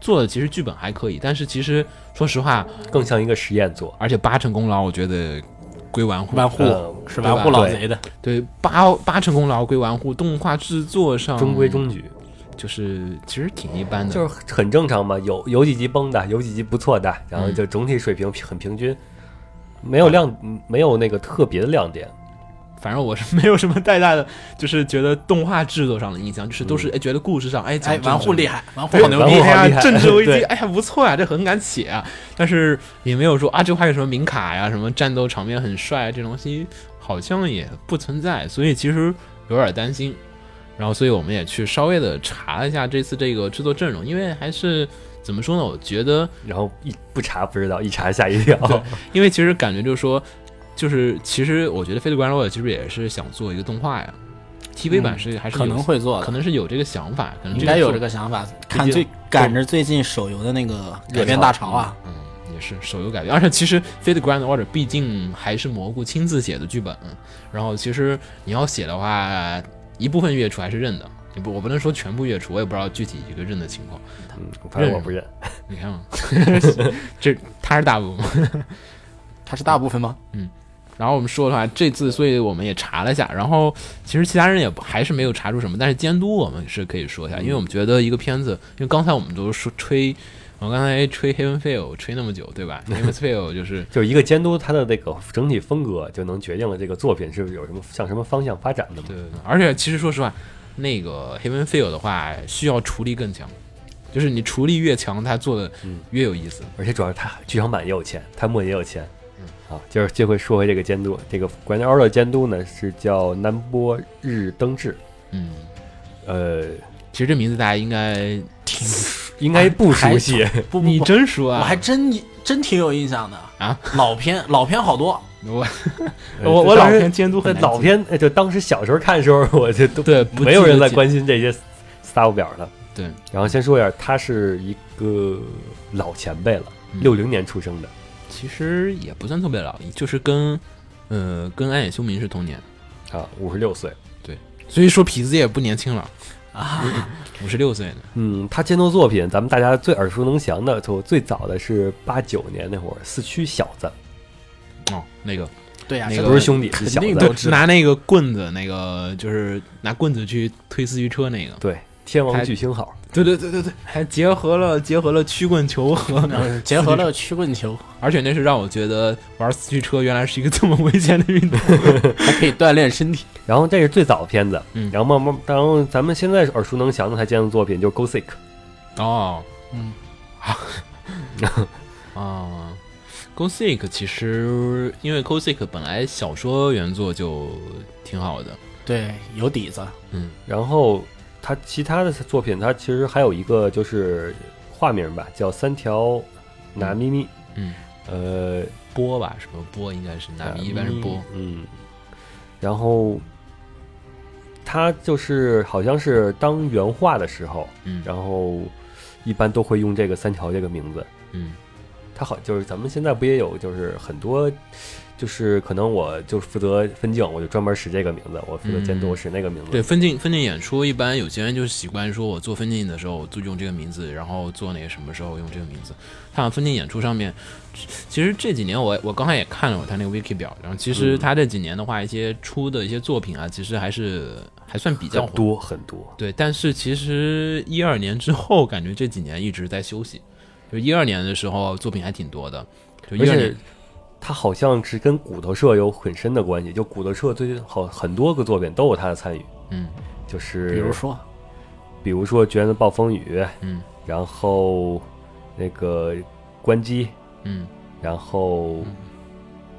[SPEAKER 4] 做的其实剧本还可以，但是其实说实话。
[SPEAKER 2] 更像一个实验作。
[SPEAKER 4] 而且八成功劳，我觉得归玩户。
[SPEAKER 3] 玩户
[SPEAKER 2] 呃
[SPEAKER 3] 是玩户老贼的，
[SPEAKER 4] 对八八成功劳归玩户，动画制作上
[SPEAKER 2] 中规中矩，
[SPEAKER 4] 就是其实挺一般的，
[SPEAKER 2] 就是很正常嘛。有有几集崩的，有几集不错的，然后
[SPEAKER 4] 嗯
[SPEAKER 2] 就整体水平很平均，没有亮，嗯没有那个特别的亮点。
[SPEAKER 4] 反正我是没有什么太大的，就是觉得动画制作上的印象，就是
[SPEAKER 2] 嗯
[SPEAKER 4] 都是哎觉得故事上哎
[SPEAKER 3] 哎，
[SPEAKER 4] 讲
[SPEAKER 3] 玩户厉
[SPEAKER 4] 害。
[SPEAKER 3] 害，玩户
[SPEAKER 4] 对
[SPEAKER 3] 好牛
[SPEAKER 2] 玩
[SPEAKER 3] 逼
[SPEAKER 2] 户，
[SPEAKER 4] 哎
[SPEAKER 2] 好厉
[SPEAKER 4] 呀，
[SPEAKER 2] 害
[SPEAKER 4] 政治危
[SPEAKER 2] 对
[SPEAKER 4] 机，哎呀，不错啊，这很敢写啊。但是也没有说啊，这块有什么名卡呀，什么战斗场面很帅啊，这东西好像也不存在，所以其实有点担心。然后，所以我们也去稍微的查了一下这次这个制作阵容，因为还是怎么说呢？我觉得，
[SPEAKER 2] 然后一不查不知道，一查吓一跳。
[SPEAKER 4] 对因为其实感觉就是说，就是其实我觉得《飞利官罗尔》其实也是想做一个动画呀，TV 版是、还是
[SPEAKER 3] 可
[SPEAKER 4] 有
[SPEAKER 3] 能会做的
[SPEAKER 4] 可能是有这个想法，可能
[SPEAKER 3] 应该有
[SPEAKER 4] 做
[SPEAKER 3] 这个想法。
[SPEAKER 2] 竟
[SPEAKER 3] 看最赶着最近手游的那个改编大潮啊，
[SPEAKER 4] 嗯，也是手游改编，而且其实《Fate Grand Order》毕竟还是蘑菇亲自写的剧本，然后其实你要写的话，一部分月初还是认的，你不，我不能说全部月初，我也不知道具体一个认的情况。
[SPEAKER 2] 嗯，反正我不认。
[SPEAKER 4] 你看嘛， 这他是大部分。
[SPEAKER 3] 它是大部分吗？
[SPEAKER 2] 嗯
[SPEAKER 4] 然后我们说的话，这次所以我们也查了一下，然后其实其他人也不还是没有查出什么，但是监督我们是可以说一下，因为我们觉得一个片子，因为刚才我们都说吹，我刚才吹 Heaven Feel 吹那么久，对吧？Heaven Feel 就是
[SPEAKER 2] 就是一个监督他的这个整体风格，就能决定了这个作品是不是有什么向什么方向发展的嘛。
[SPEAKER 4] 对，而且其实说实话，那个 Heaven Feel 的话，需要厨力更强，就是你厨力越强，他做的越有意思。
[SPEAKER 2] 而且主要是他剧场版也有钱，他木也有钱。
[SPEAKER 4] 嗯
[SPEAKER 2] 好，就是这回说回这个监督，这个 Grand o r 的监督呢是叫南波日登志，
[SPEAKER 4] 嗯，
[SPEAKER 2] 呃，
[SPEAKER 4] 其实这名字大家应该，
[SPEAKER 2] 应该
[SPEAKER 4] 啊
[SPEAKER 2] 不熟悉。
[SPEAKER 3] 不不
[SPEAKER 4] 你
[SPEAKER 3] 不，
[SPEAKER 4] 真熟
[SPEAKER 3] 我
[SPEAKER 4] 啊？
[SPEAKER 3] 还真真挺有印象的
[SPEAKER 4] 啊，
[SPEAKER 3] 老片老片好多，
[SPEAKER 4] 我
[SPEAKER 2] 呃
[SPEAKER 4] 我我
[SPEAKER 2] 就当
[SPEAKER 4] 老
[SPEAKER 2] 时
[SPEAKER 4] 片监督很难
[SPEAKER 2] 老
[SPEAKER 4] 记
[SPEAKER 2] 片，呃就当时小时候看的时候，我就都
[SPEAKER 4] 对不
[SPEAKER 2] 没有
[SPEAKER 4] 记得
[SPEAKER 2] 人在
[SPEAKER 4] 记
[SPEAKER 2] 关心这些 staff 表了。
[SPEAKER 4] 对，
[SPEAKER 2] 然后先说一下，他是一个老前辈了，
[SPEAKER 4] 嗯
[SPEAKER 2] 六零年出生的，
[SPEAKER 4] 其实也不算特别老，就是跟呃跟暗夜修明是同年，
[SPEAKER 2] 啊，五十六岁。
[SPEAKER 4] 所以说痞子也不年轻了啊，五十六岁呢。
[SPEAKER 2] 嗯，他监督作品，咱们大家最耳熟能详的，就最早的是八九年那会儿，《四驱小子
[SPEAKER 4] 哦，那个
[SPEAKER 3] 对呀，
[SPEAKER 4] 那
[SPEAKER 3] 这》
[SPEAKER 4] 个
[SPEAKER 2] 不是兄弟，是
[SPEAKER 3] 肯
[SPEAKER 2] 小
[SPEAKER 3] 定
[SPEAKER 2] 子
[SPEAKER 3] 都。
[SPEAKER 4] 对，拿那个棍子，那个就是拿棍子去推四驱车那个，
[SPEAKER 2] 对，天王
[SPEAKER 4] 还
[SPEAKER 2] 巨星号，
[SPEAKER 4] 对对对对对，还结合了结合了曲棍球和
[SPEAKER 3] 嗯结合了曲棍球，
[SPEAKER 4] 而且那是让我觉得玩四驱车原来是一个这么危险的运动。
[SPEAKER 3] 还可以锻炼身体。
[SPEAKER 2] 然后这是最早的片子，
[SPEAKER 4] 嗯
[SPEAKER 2] 然后慢慢，然后咱们现在耳熟能详的他监督作品就是《Go Sick》，
[SPEAKER 4] 哦
[SPEAKER 3] 嗯，
[SPEAKER 4] 啊，Go Sick 其实因为 Go Sick 本来小说原作就挺好的，
[SPEAKER 3] 对，有底子。
[SPEAKER 2] 然后他其他的作品，他其实还有一个就是化名吧，叫三条拿咪咪，
[SPEAKER 4] 嗯，呃
[SPEAKER 2] 呃，
[SPEAKER 4] 波吧，什么波应该是纳米一般是波，
[SPEAKER 2] 嗯，然后他就是好像是当原画的时候，
[SPEAKER 4] 嗯
[SPEAKER 2] 然后一般都会用这个三条这个名字。
[SPEAKER 4] 嗯
[SPEAKER 2] 他好就是咱们现在不也有就是很多，就是可能我就负责分镜，我就专门使这个名字，我负责监督
[SPEAKER 4] 嗯
[SPEAKER 2] 我使那个名字。
[SPEAKER 4] 对，分镜分镜演出一般有些人就习惯说我做分镜的时候我就用这个名字，然后做那个什么时候用这个名字。他分镜演出上面，其实这几年我我刚才也看了我他那个 wiki 表，然后其实
[SPEAKER 2] 嗯
[SPEAKER 4] 他这几年的话，一些出的一些作品啊，其实还是还算比较
[SPEAKER 2] 很
[SPEAKER 4] 火。
[SPEAKER 2] 多很多，
[SPEAKER 4] 对，但是其实一二年之后，感觉这几年一直在休息。就一二年的时候，作品还挺多的。就
[SPEAKER 2] 而
[SPEAKER 4] 一二
[SPEAKER 2] 且
[SPEAKER 4] 年，
[SPEAKER 2] 他好像是跟骨头社有很深的关系。就骨头社最近好很多个作品都有他的参与，
[SPEAKER 4] 嗯
[SPEAKER 2] 就是
[SPEAKER 3] 比如说，
[SPEAKER 2] 比如说《绝缘的暴风雨》，
[SPEAKER 4] 嗯
[SPEAKER 2] 然后那个关机，
[SPEAKER 4] 嗯，
[SPEAKER 2] 然后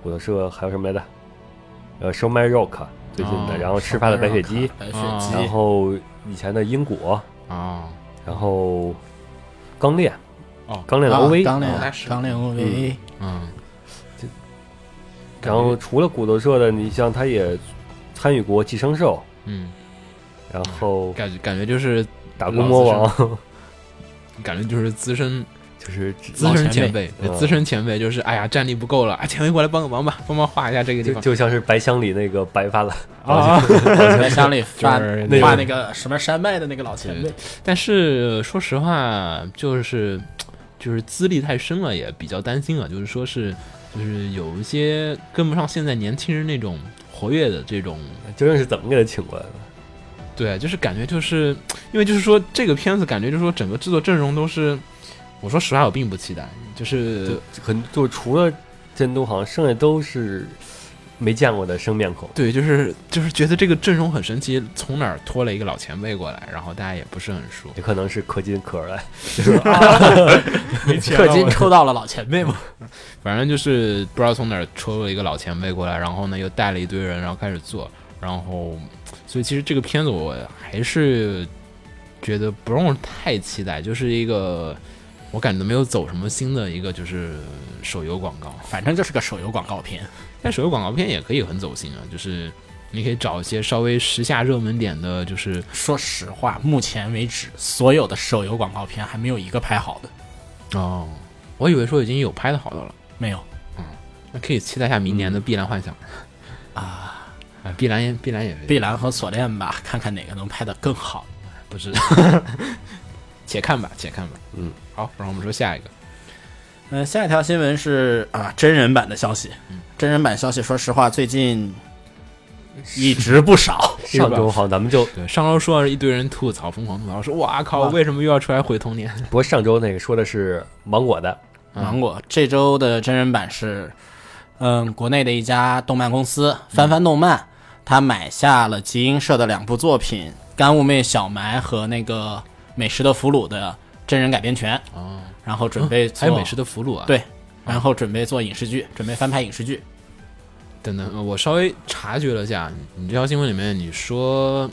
[SPEAKER 2] 骨头社还有什么来着？呃，Show My Rock 最近的，
[SPEAKER 4] 哦
[SPEAKER 2] 嗯然后赤发的白雪姬，
[SPEAKER 3] 白雪
[SPEAKER 4] 啊
[SPEAKER 3] 姬
[SPEAKER 2] 然后以前的因果，
[SPEAKER 4] 哦，
[SPEAKER 2] 然后钢炼，
[SPEAKER 4] 哦
[SPEAKER 2] 钢炼的
[SPEAKER 3] 啊
[SPEAKER 2] OV，
[SPEAKER 3] 钢
[SPEAKER 2] 啊
[SPEAKER 4] 啊
[SPEAKER 3] 炼钢炼 OV，
[SPEAKER 4] 嗯，
[SPEAKER 2] 然后除了骨头社的，你像他也参与过《寄生兽
[SPEAKER 4] 嗯，》，
[SPEAKER 2] 然后
[SPEAKER 4] 感觉感觉就是
[SPEAKER 2] 打工魔
[SPEAKER 4] 老
[SPEAKER 2] 王，
[SPEAKER 4] 感觉就是资深
[SPEAKER 2] 就是
[SPEAKER 4] 资深前辈，
[SPEAKER 2] 辈
[SPEAKER 4] 呃资深前辈就是哎呀战力不够了，啊前辈过来帮个忙吧，帮忙画一下这个地
[SPEAKER 2] 就
[SPEAKER 4] 方。
[SPEAKER 2] 就像是白箱里那个白发的，
[SPEAKER 3] 啊，在乡里发
[SPEAKER 4] 就是
[SPEAKER 2] 那
[SPEAKER 3] 发
[SPEAKER 2] 种
[SPEAKER 3] 那个什么山脉的那个老前辈，
[SPEAKER 4] 但是说实话，就是就是资历太深了，也比较担心啊。就是说是就是有一些跟不上现在年轻人那种活跃的这种
[SPEAKER 2] 究竟是怎么给他请过来的？
[SPEAKER 4] 对，就是感觉就是因为就是说这个片子感觉就是说整个制作阵容都是，我说实话我并不期待，就是
[SPEAKER 2] 呃就很就除了监督，好像剩下都是没见过的生面孔。
[SPEAKER 4] 对，就是就是觉得这个阵容很神奇，从哪儿拖了一个老前辈过来，然后大家也不是很熟。
[SPEAKER 2] 也可能是氪金氪而 来，啊
[SPEAKER 3] 氪金抽到了老前辈嘛，
[SPEAKER 4] 反正就是不知道从哪儿抽了一个老前辈过来，然后呢又带了一堆人，然后开始做，然后所以其实这个片子我还是觉得不用太期待，就是一个我感觉没有走什么新的一个就是手游广告，
[SPEAKER 3] 反正就是个手游广告片，
[SPEAKER 4] 但手游广告片也可以很走心啊，就是你可以找一些稍微时下热门点的，就是
[SPEAKER 3] 说实话，目前为止，所有的手游广告片还没有一个拍好的，
[SPEAKER 4] 哦，我以为说已经有拍的好的了，
[SPEAKER 3] 没有。
[SPEAKER 4] 那可以期待一下明年的《碧蓝幻想》啊，《碧蓝》也《碧蓝》也
[SPEAKER 3] 碧蓝和锁链吧，看看哪个能拍得更好。
[SPEAKER 4] 不是， 且看吧，且看吧。
[SPEAKER 2] 嗯，
[SPEAKER 4] 好，然后我们说下一个，
[SPEAKER 3] 嗯、下一条新闻是啊，真人版的消息。
[SPEAKER 4] 嗯
[SPEAKER 3] 真人版消息，说实话，最近一直不少。
[SPEAKER 2] 上周好像咱们就
[SPEAKER 4] 对，上周说了一堆人吐槽，疯狂吐槽，说哇靠，
[SPEAKER 3] 哇
[SPEAKER 4] 为什么又要出来毁童年？
[SPEAKER 2] 不过上周那个说的是芒果的，
[SPEAKER 4] 嗯
[SPEAKER 3] 芒果这周的真人版是，嗯，国内的一家动漫公
[SPEAKER 4] 嗯
[SPEAKER 3] 司翻翻动漫，他买下了集英社的两部作品《干物妹小埋》和那个《美食的俘虏》的真人改编权，
[SPEAKER 4] 哦，
[SPEAKER 3] 然后准备
[SPEAKER 4] 还有
[SPEAKER 3] 做
[SPEAKER 4] 美食的俘虏啊。，
[SPEAKER 3] 对，然后准备做影视剧，准备翻拍影视剧。
[SPEAKER 4] 等等，我稍微察觉了一下，你这条新闻里面你说。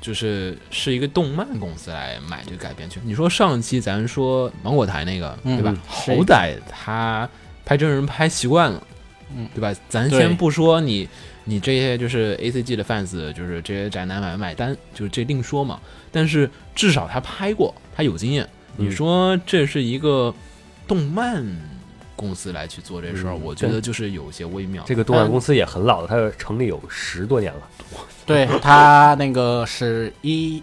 [SPEAKER 4] 就是是一个动漫公司来买这个改编权。你说上一期咱说芒果台那个，
[SPEAKER 3] 嗯
[SPEAKER 4] 对吧？好
[SPEAKER 3] 是
[SPEAKER 4] 歹他拍真人拍习惯了，
[SPEAKER 3] 嗯，
[SPEAKER 4] 对吧？咱
[SPEAKER 3] 对
[SPEAKER 4] 先不说你你这些就是 A C G 的 fans，就是这些宅男买买单，就是这另说嘛。但是至少他拍过，他有经验。
[SPEAKER 2] 嗯
[SPEAKER 4] 你说这是一个动漫公司来去做这事儿，
[SPEAKER 2] 嗯
[SPEAKER 4] 我觉得就是有些微妙。
[SPEAKER 2] 这个动漫公司也很老了，它成立有十多年了。
[SPEAKER 3] 对他那个是一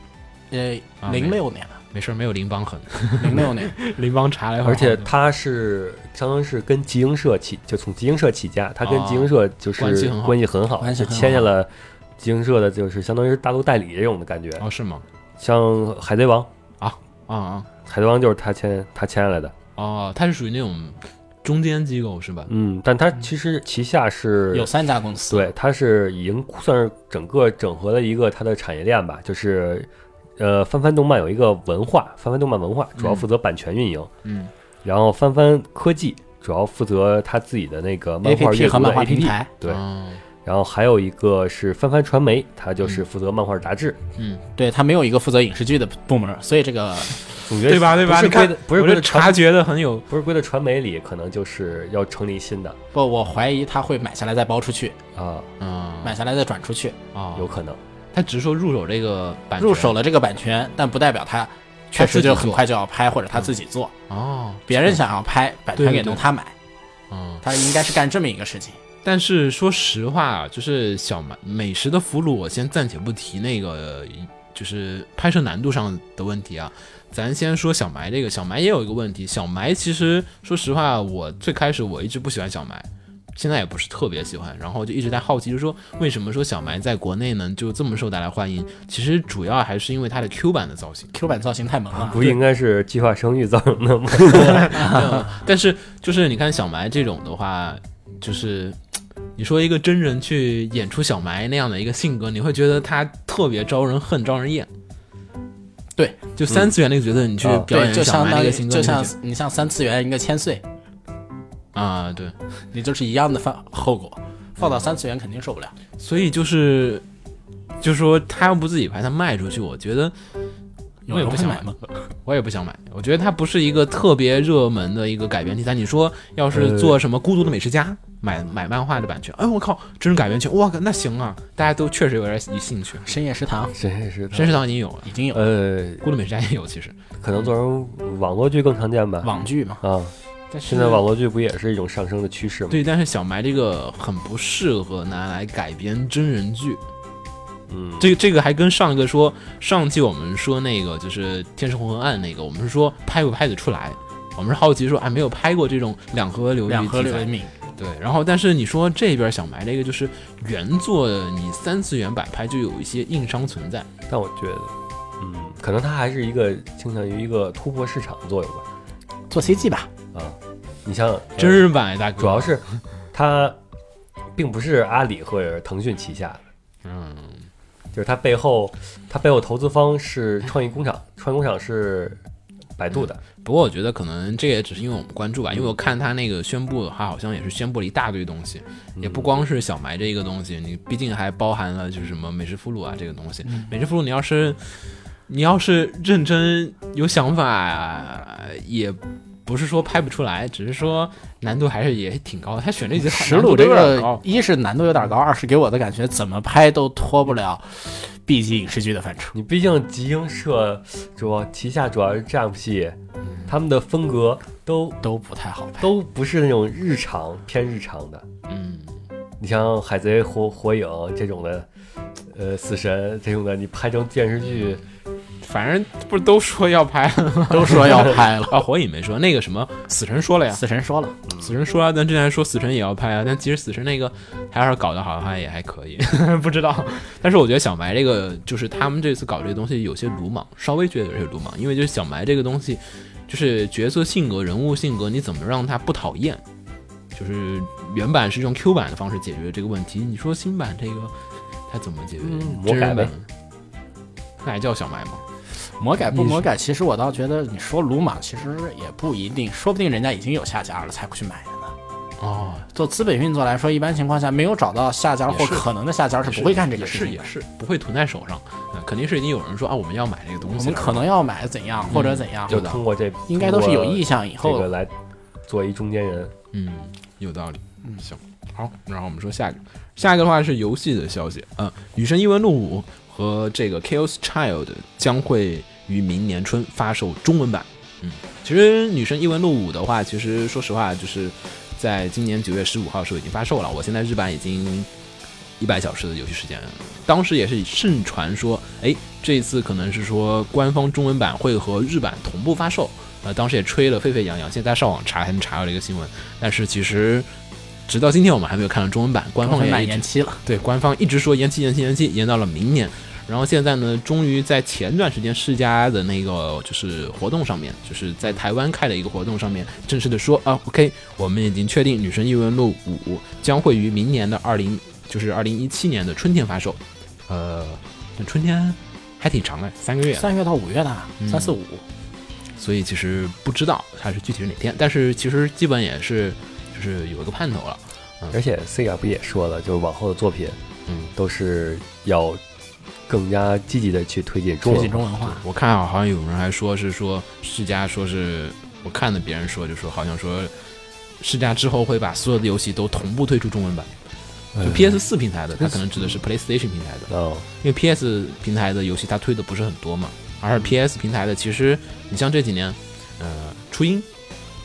[SPEAKER 3] 呃
[SPEAKER 4] 啊
[SPEAKER 3] 零六年吧，
[SPEAKER 4] 没事儿，没有林邦狠，
[SPEAKER 3] 零六年
[SPEAKER 4] 林邦查了一会
[SPEAKER 2] 而
[SPEAKER 4] 儿，哦
[SPEAKER 3] 哦
[SPEAKER 2] 且它是相当于是跟集英社起，就从集英社起家，它跟集英社就是
[SPEAKER 4] 关系很好
[SPEAKER 2] 关系很好，
[SPEAKER 3] 哦关系
[SPEAKER 2] 就
[SPEAKER 3] 很好
[SPEAKER 2] 签下了集英社的，就是相当于是大陆代理这种的感觉。
[SPEAKER 4] 哦是吗？
[SPEAKER 2] 像《海贼王》，《
[SPEAKER 4] 啊啊
[SPEAKER 2] 海贼王》就是他签他签下来的，
[SPEAKER 4] 哦，他是属于那种中间机构是吧？
[SPEAKER 2] 嗯，但他其实旗下是
[SPEAKER 3] 有三家公司，
[SPEAKER 2] 对，它是已经算是整个整合了一个它的产业链吧，就是呃，翻翻动漫有一个文化，翻翻动漫文化主要负责版权运营，
[SPEAKER 4] 嗯，
[SPEAKER 2] 然后翻翻科技主要负责它自己的那个漫画
[SPEAKER 3] A P
[SPEAKER 2] 阅
[SPEAKER 3] P
[SPEAKER 2] 读的
[SPEAKER 3] 和漫画
[SPEAKER 2] APP，
[SPEAKER 3] 平台。
[SPEAKER 2] 对，
[SPEAKER 4] 哦
[SPEAKER 2] 然后还有一个是翻翻传媒，它就是负责漫画杂志，
[SPEAKER 4] 嗯，
[SPEAKER 3] 对他没有一个负责影视剧的部门，所以这个
[SPEAKER 2] 总觉得
[SPEAKER 4] 对吧？对吧？
[SPEAKER 2] 不是
[SPEAKER 4] 你看
[SPEAKER 2] 归的，不是
[SPEAKER 4] 我
[SPEAKER 2] 归
[SPEAKER 4] 就
[SPEAKER 2] 的传
[SPEAKER 4] 察觉的很有
[SPEAKER 2] 不是归的传媒里，可能就是要成立新的
[SPEAKER 3] 不，我怀疑他会买下来再包出去，
[SPEAKER 2] 啊，
[SPEAKER 4] 嗯
[SPEAKER 3] 买下来再转出去，
[SPEAKER 4] 啊，
[SPEAKER 2] 有可能。
[SPEAKER 4] 他只说入手这个版权
[SPEAKER 3] 入手了这个版权，但不代表他确实就很快就要拍或者他自己做，
[SPEAKER 4] 哦，
[SPEAKER 3] 别人想要拍版权给弄他买，
[SPEAKER 4] 嗯，
[SPEAKER 3] 他应该是干这么一个事情。
[SPEAKER 4] 但是说实话啊，就是小美美食的俘虏，我先暂且不提那个就是拍摄难度上的问题啊，咱先说小埋这个，小埋也有一个问题，小埋其实说实话，我最开始我一直不喜欢小埋。现在也不是特别喜欢，然后就一直在好奇，就是说为什么说小埋在国内呢就这么受大家欢迎？其实主要还是因为它的 Q 版的造型。
[SPEAKER 3] Q 版造型太萌
[SPEAKER 4] 啊
[SPEAKER 3] 了，
[SPEAKER 2] 啊不应该是计划生育造成的 吗？
[SPEAKER 4] 但是就是你看小埋这种的话，就是嘖你说一个真人去演出小埋那样的一个性格，你会觉得他特别招人恨、招人厌。
[SPEAKER 3] 对哦
[SPEAKER 4] 就三次元那个角色，你去
[SPEAKER 2] 嗯
[SPEAKER 4] 表
[SPEAKER 3] 对，
[SPEAKER 4] 演
[SPEAKER 3] 就
[SPEAKER 4] 小
[SPEAKER 3] 相
[SPEAKER 4] 埋
[SPEAKER 3] 当
[SPEAKER 4] 那
[SPEAKER 3] 于
[SPEAKER 4] 个性格，
[SPEAKER 3] 就
[SPEAKER 4] 你会
[SPEAKER 3] 像
[SPEAKER 4] 觉
[SPEAKER 3] 你像三次元一个千岁，
[SPEAKER 4] 得啊，对，
[SPEAKER 3] 你就是一样的放后果，放到三次元肯定受不了。
[SPEAKER 4] 所以就是就是说他要不自己拍，他卖出去，我觉得
[SPEAKER 3] 有
[SPEAKER 4] 我也
[SPEAKER 3] 人
[SPEAKER 4] 不
[SPEAKER 3] 会
[SPEAKER 4] 想
[SPEAKER 3] 买吗？
[SPEAKER 4] 我也不想买，我觉得它不是一个特别热门的一个改编题材。你说要是做什么《孤独的美食家》，买买漫画的版权，哎我靠，真人改编权，哇那行啊，大家都确实有点兴趣。
[SPEAKER 3] 深夜食堂
[SPEAKER 2] 真也是的。
[SPEAKER 4] 深食堂已经有了，啊
[SPEAKER 3] 已经有
[SPEAKER 2] 呃，
[SPEAKER 4] 《孤独美食家》也有，其实，
[SPEAKER 2] 可能做成网络剧更常见吧。
[SPEAKER 4] 嗯
[SPEAKER 3] 网剧嘛，
[SPEAKER 2] 啊，
[SPEAKER 4] 但是
[SPEAKER 2] 现在网络剧不也是一种上升的趋势吗？
[SPEAKER 4] 对，但是小埋这个很不适合拿来改编真人剧。
[SPEAKER 2] 嗯，
[SPEAKER 4] 这这个还跟上一个说，上期我们说那个就是《天使红河岸》那个，我们是说拍不拍得出来，我们是好奇说，哎，没有拍过这种两河流域
[SPEAKER 3] 两河
[SPEAKER 4] 题
[SPEAKER 3] 流
[SPEAKER 4] 材，
[SPEAKER 3] 敏，
[SPEAKER 4] 对。然后，但是你说这边想埋这个，就是原作你三次元摆拍就有一些硬伤存在，
[SPEAKER 2] 但我觉得，嗯，可能它还是一个倾向于一个突破市场作用吧。
[SPEAKER 3] 做 CG 吧，
[SPEAKER 2] 啊，你像呃
[SPEAKER 4] 真人版大哥，
[SPEAKER 2] 主要是它并不是阿里或者腾讯旗下的，
[SPEAKER 4] 嗯，
[SPEAKER 2] 就是它背后它背后投资方是创意工 厂，创意工厂是百度的。
[SPEAKER 4] 不过我觉得可能这也只是因为我们关注吧，因为我看他那个宣布的话，好像也是宣布了一大堆东西，
[SPEAKER 2] 嗯
[SPEAKER 4] 也不光是小埋这一个东西，你毕竟还包含了就是什么美食俘虏啊这个东西。
[SPEAKER 2] 嗯
[SPEAKER 4] 美食俘虏你要是你要是认真有想法，也不是说拍不出来，只是说难度还是也挺高的。他选这
[SPEAKER 2] 嗯
[SPEAKER 4] 集
[SPEAKER 3] 石鲁这
[SPEAKER 4] 难度都有点
[SPEAKER 3] 个
[SPEAKER 4] 高，
[SPEAKER 3] 一是难度有点高，二是给我的感觉怎么拍都脱不了 B 级影视剧的范畴。
[SPEAKER 2] 你毕竟集英社主要旗下主要是 Jump 系，
[SPEAKER 3] 嗯
[SPEAKER 2] 他们的风格都
[SPEAKER 3] 都不太好拍，
[SPEAKER 2] 都不是那种日常偏日常的。
[SPEAKER 4] 嗯，
[SPEAKER 2] 你像海贼、火火影这种的，呃，死神这种的，你拍成电视剧，
[SPEAKER 4] 反正不是都说要拍了吗
[SPEAKER 3] 都说要拍了。
[SPEAKER 4] 啊？火影没说，那个什么 死神说了呀，
[SPEAKER 3] 死神说了，
[SPEAKER 4] 死神说啊，咱之前说死神也要拍啊，但其实死神那个还是搞得好像也还可以， 不知道。但是我觉得小埋这个就是他们这次搞这个东西有些鲁莽，稍微觉得有些鲁莽，因为就是小埋这个东西，就是角色性格、人物性格，你怎么让他不讨厌？就是原版是用 Q 版的方式解决这个问题，你说新版这个他怎么解决？
[SPEAKER 2] 嗯
[SPEAKER 4] 真
[SPEAKER 2] 魔
[SPEAKER 4] 人
[SPEAKER 2] 改呗
[SPEAKER 4] 版，那还叫小埋吗？
[SPEAKER 3] 魔改不
[SPEAKER 2] 你是
[SPEAKER 3] 魔改，其实我倒觉得你说鲁莽，其实也不一定，说不定人家已经有下家了才不去买的呢。
[SPEAKER 4] 哦，
[SPEAKER 3] 做资本运作来说，一般情况下没有找到下家
[SPEAKER 4] 也
[SPEAKER 3] 或
[SPEAKER 4] 是
[SPEAKER 3] 可能的下家是不会干这个事
[SPEAKER 4] 是
[SPEAKER 3] 情
[SPEAKER 4] 也
[SPEAKER 3] 的。
[SPEAKER 4] 是不会囤在手上，呃肯定是已经有人说啊，我们要买这个东西
[SPEAKER 3] 我
[SPEAKER 4] 了，
[SPEAKER 3] 们可能要买怎样
[SPEAKER 4] 嗯
[SPEAKER 3] 或者怎样，
[SPEAKER 2] 就通过这
[SPEAKER 3] 应该都是有意
[SPEAKER 2] 向
[SPEAKER 3] 向以
[SPEAKER 2] 这
[SPEAKER 3] 后
[SPEAKER 2] 个来做一中间人。
[SPEAKER 4] 嗯，有道理。嗯，行，好，然后我们说下一个，下一个的话是游戏的消息。嗯，《雨神异闻录五》和这个《Chaos Child》将会于明年春发售中文版。嗯，其实《女神异闻录五》的话，其实说实话，就是在今年九月十五号的时候已经发售了。我现在日版已经一百小时的游戏时间了，当时也是盛传说，哎，这一次可能是说官方中文版会和日版同步发售。呃，当时也吹了沸沸扬扬，现在上网查还能查到这个新闻，但是其实直到今天我们还没有看到中文版，官方
[SPEAKER 3] 中文版
[SPEAKER 4] 也一
[SPEAKER 3] 延
[SPEAKER 4] 直
[SPEAKER 3] 期了。
[SPEAKER 4] 对，官方一直说延期、延期、延期，延到了明年。然后现在呢，终于在前段时间世嘉的那个就是活动上面，就是在台湾开的一个活动上面，正式的说啊，OK，我们已经确定《女神异闻录五》将会于明年的二零，就是二零一七年的春天发售。呃，那春天还挺长的，三个月。
[SPEAKER 3] 三月到五月的，
[SPEAKER 4] 啊嗯
[SPEAKER 3] 三四五，
[SPEAKER 4] 所以其实不知道它是具体是哪天，但是其实基本也是就是有一个盼头了。
[SPEAKER 2] 而且 Sega 不也说了，就是往后的作品
[SPEAKER 4] 嗯，
[SPEAKER 2] 都是要更加积极的去推进中
[SPEAKER 3] 推进
[SPEAKER 2] 文。
[SPEAKER 3] 中文化。
[SPEAKER 4] 我看啊好像有人还说是说世嘉说是我看的别人说就说好像说世嘉之后会把所有的游戏都同步推出中文版，就 PS 四平台的，它可能指的是 PlayStation 平台的，
[SPEAKER 2] 嗯，
[SPEAKER 4] 因为 PS 平台的游戏它推的不是很多嘛，而 PS 平台的其实你像这几年，呃，初音，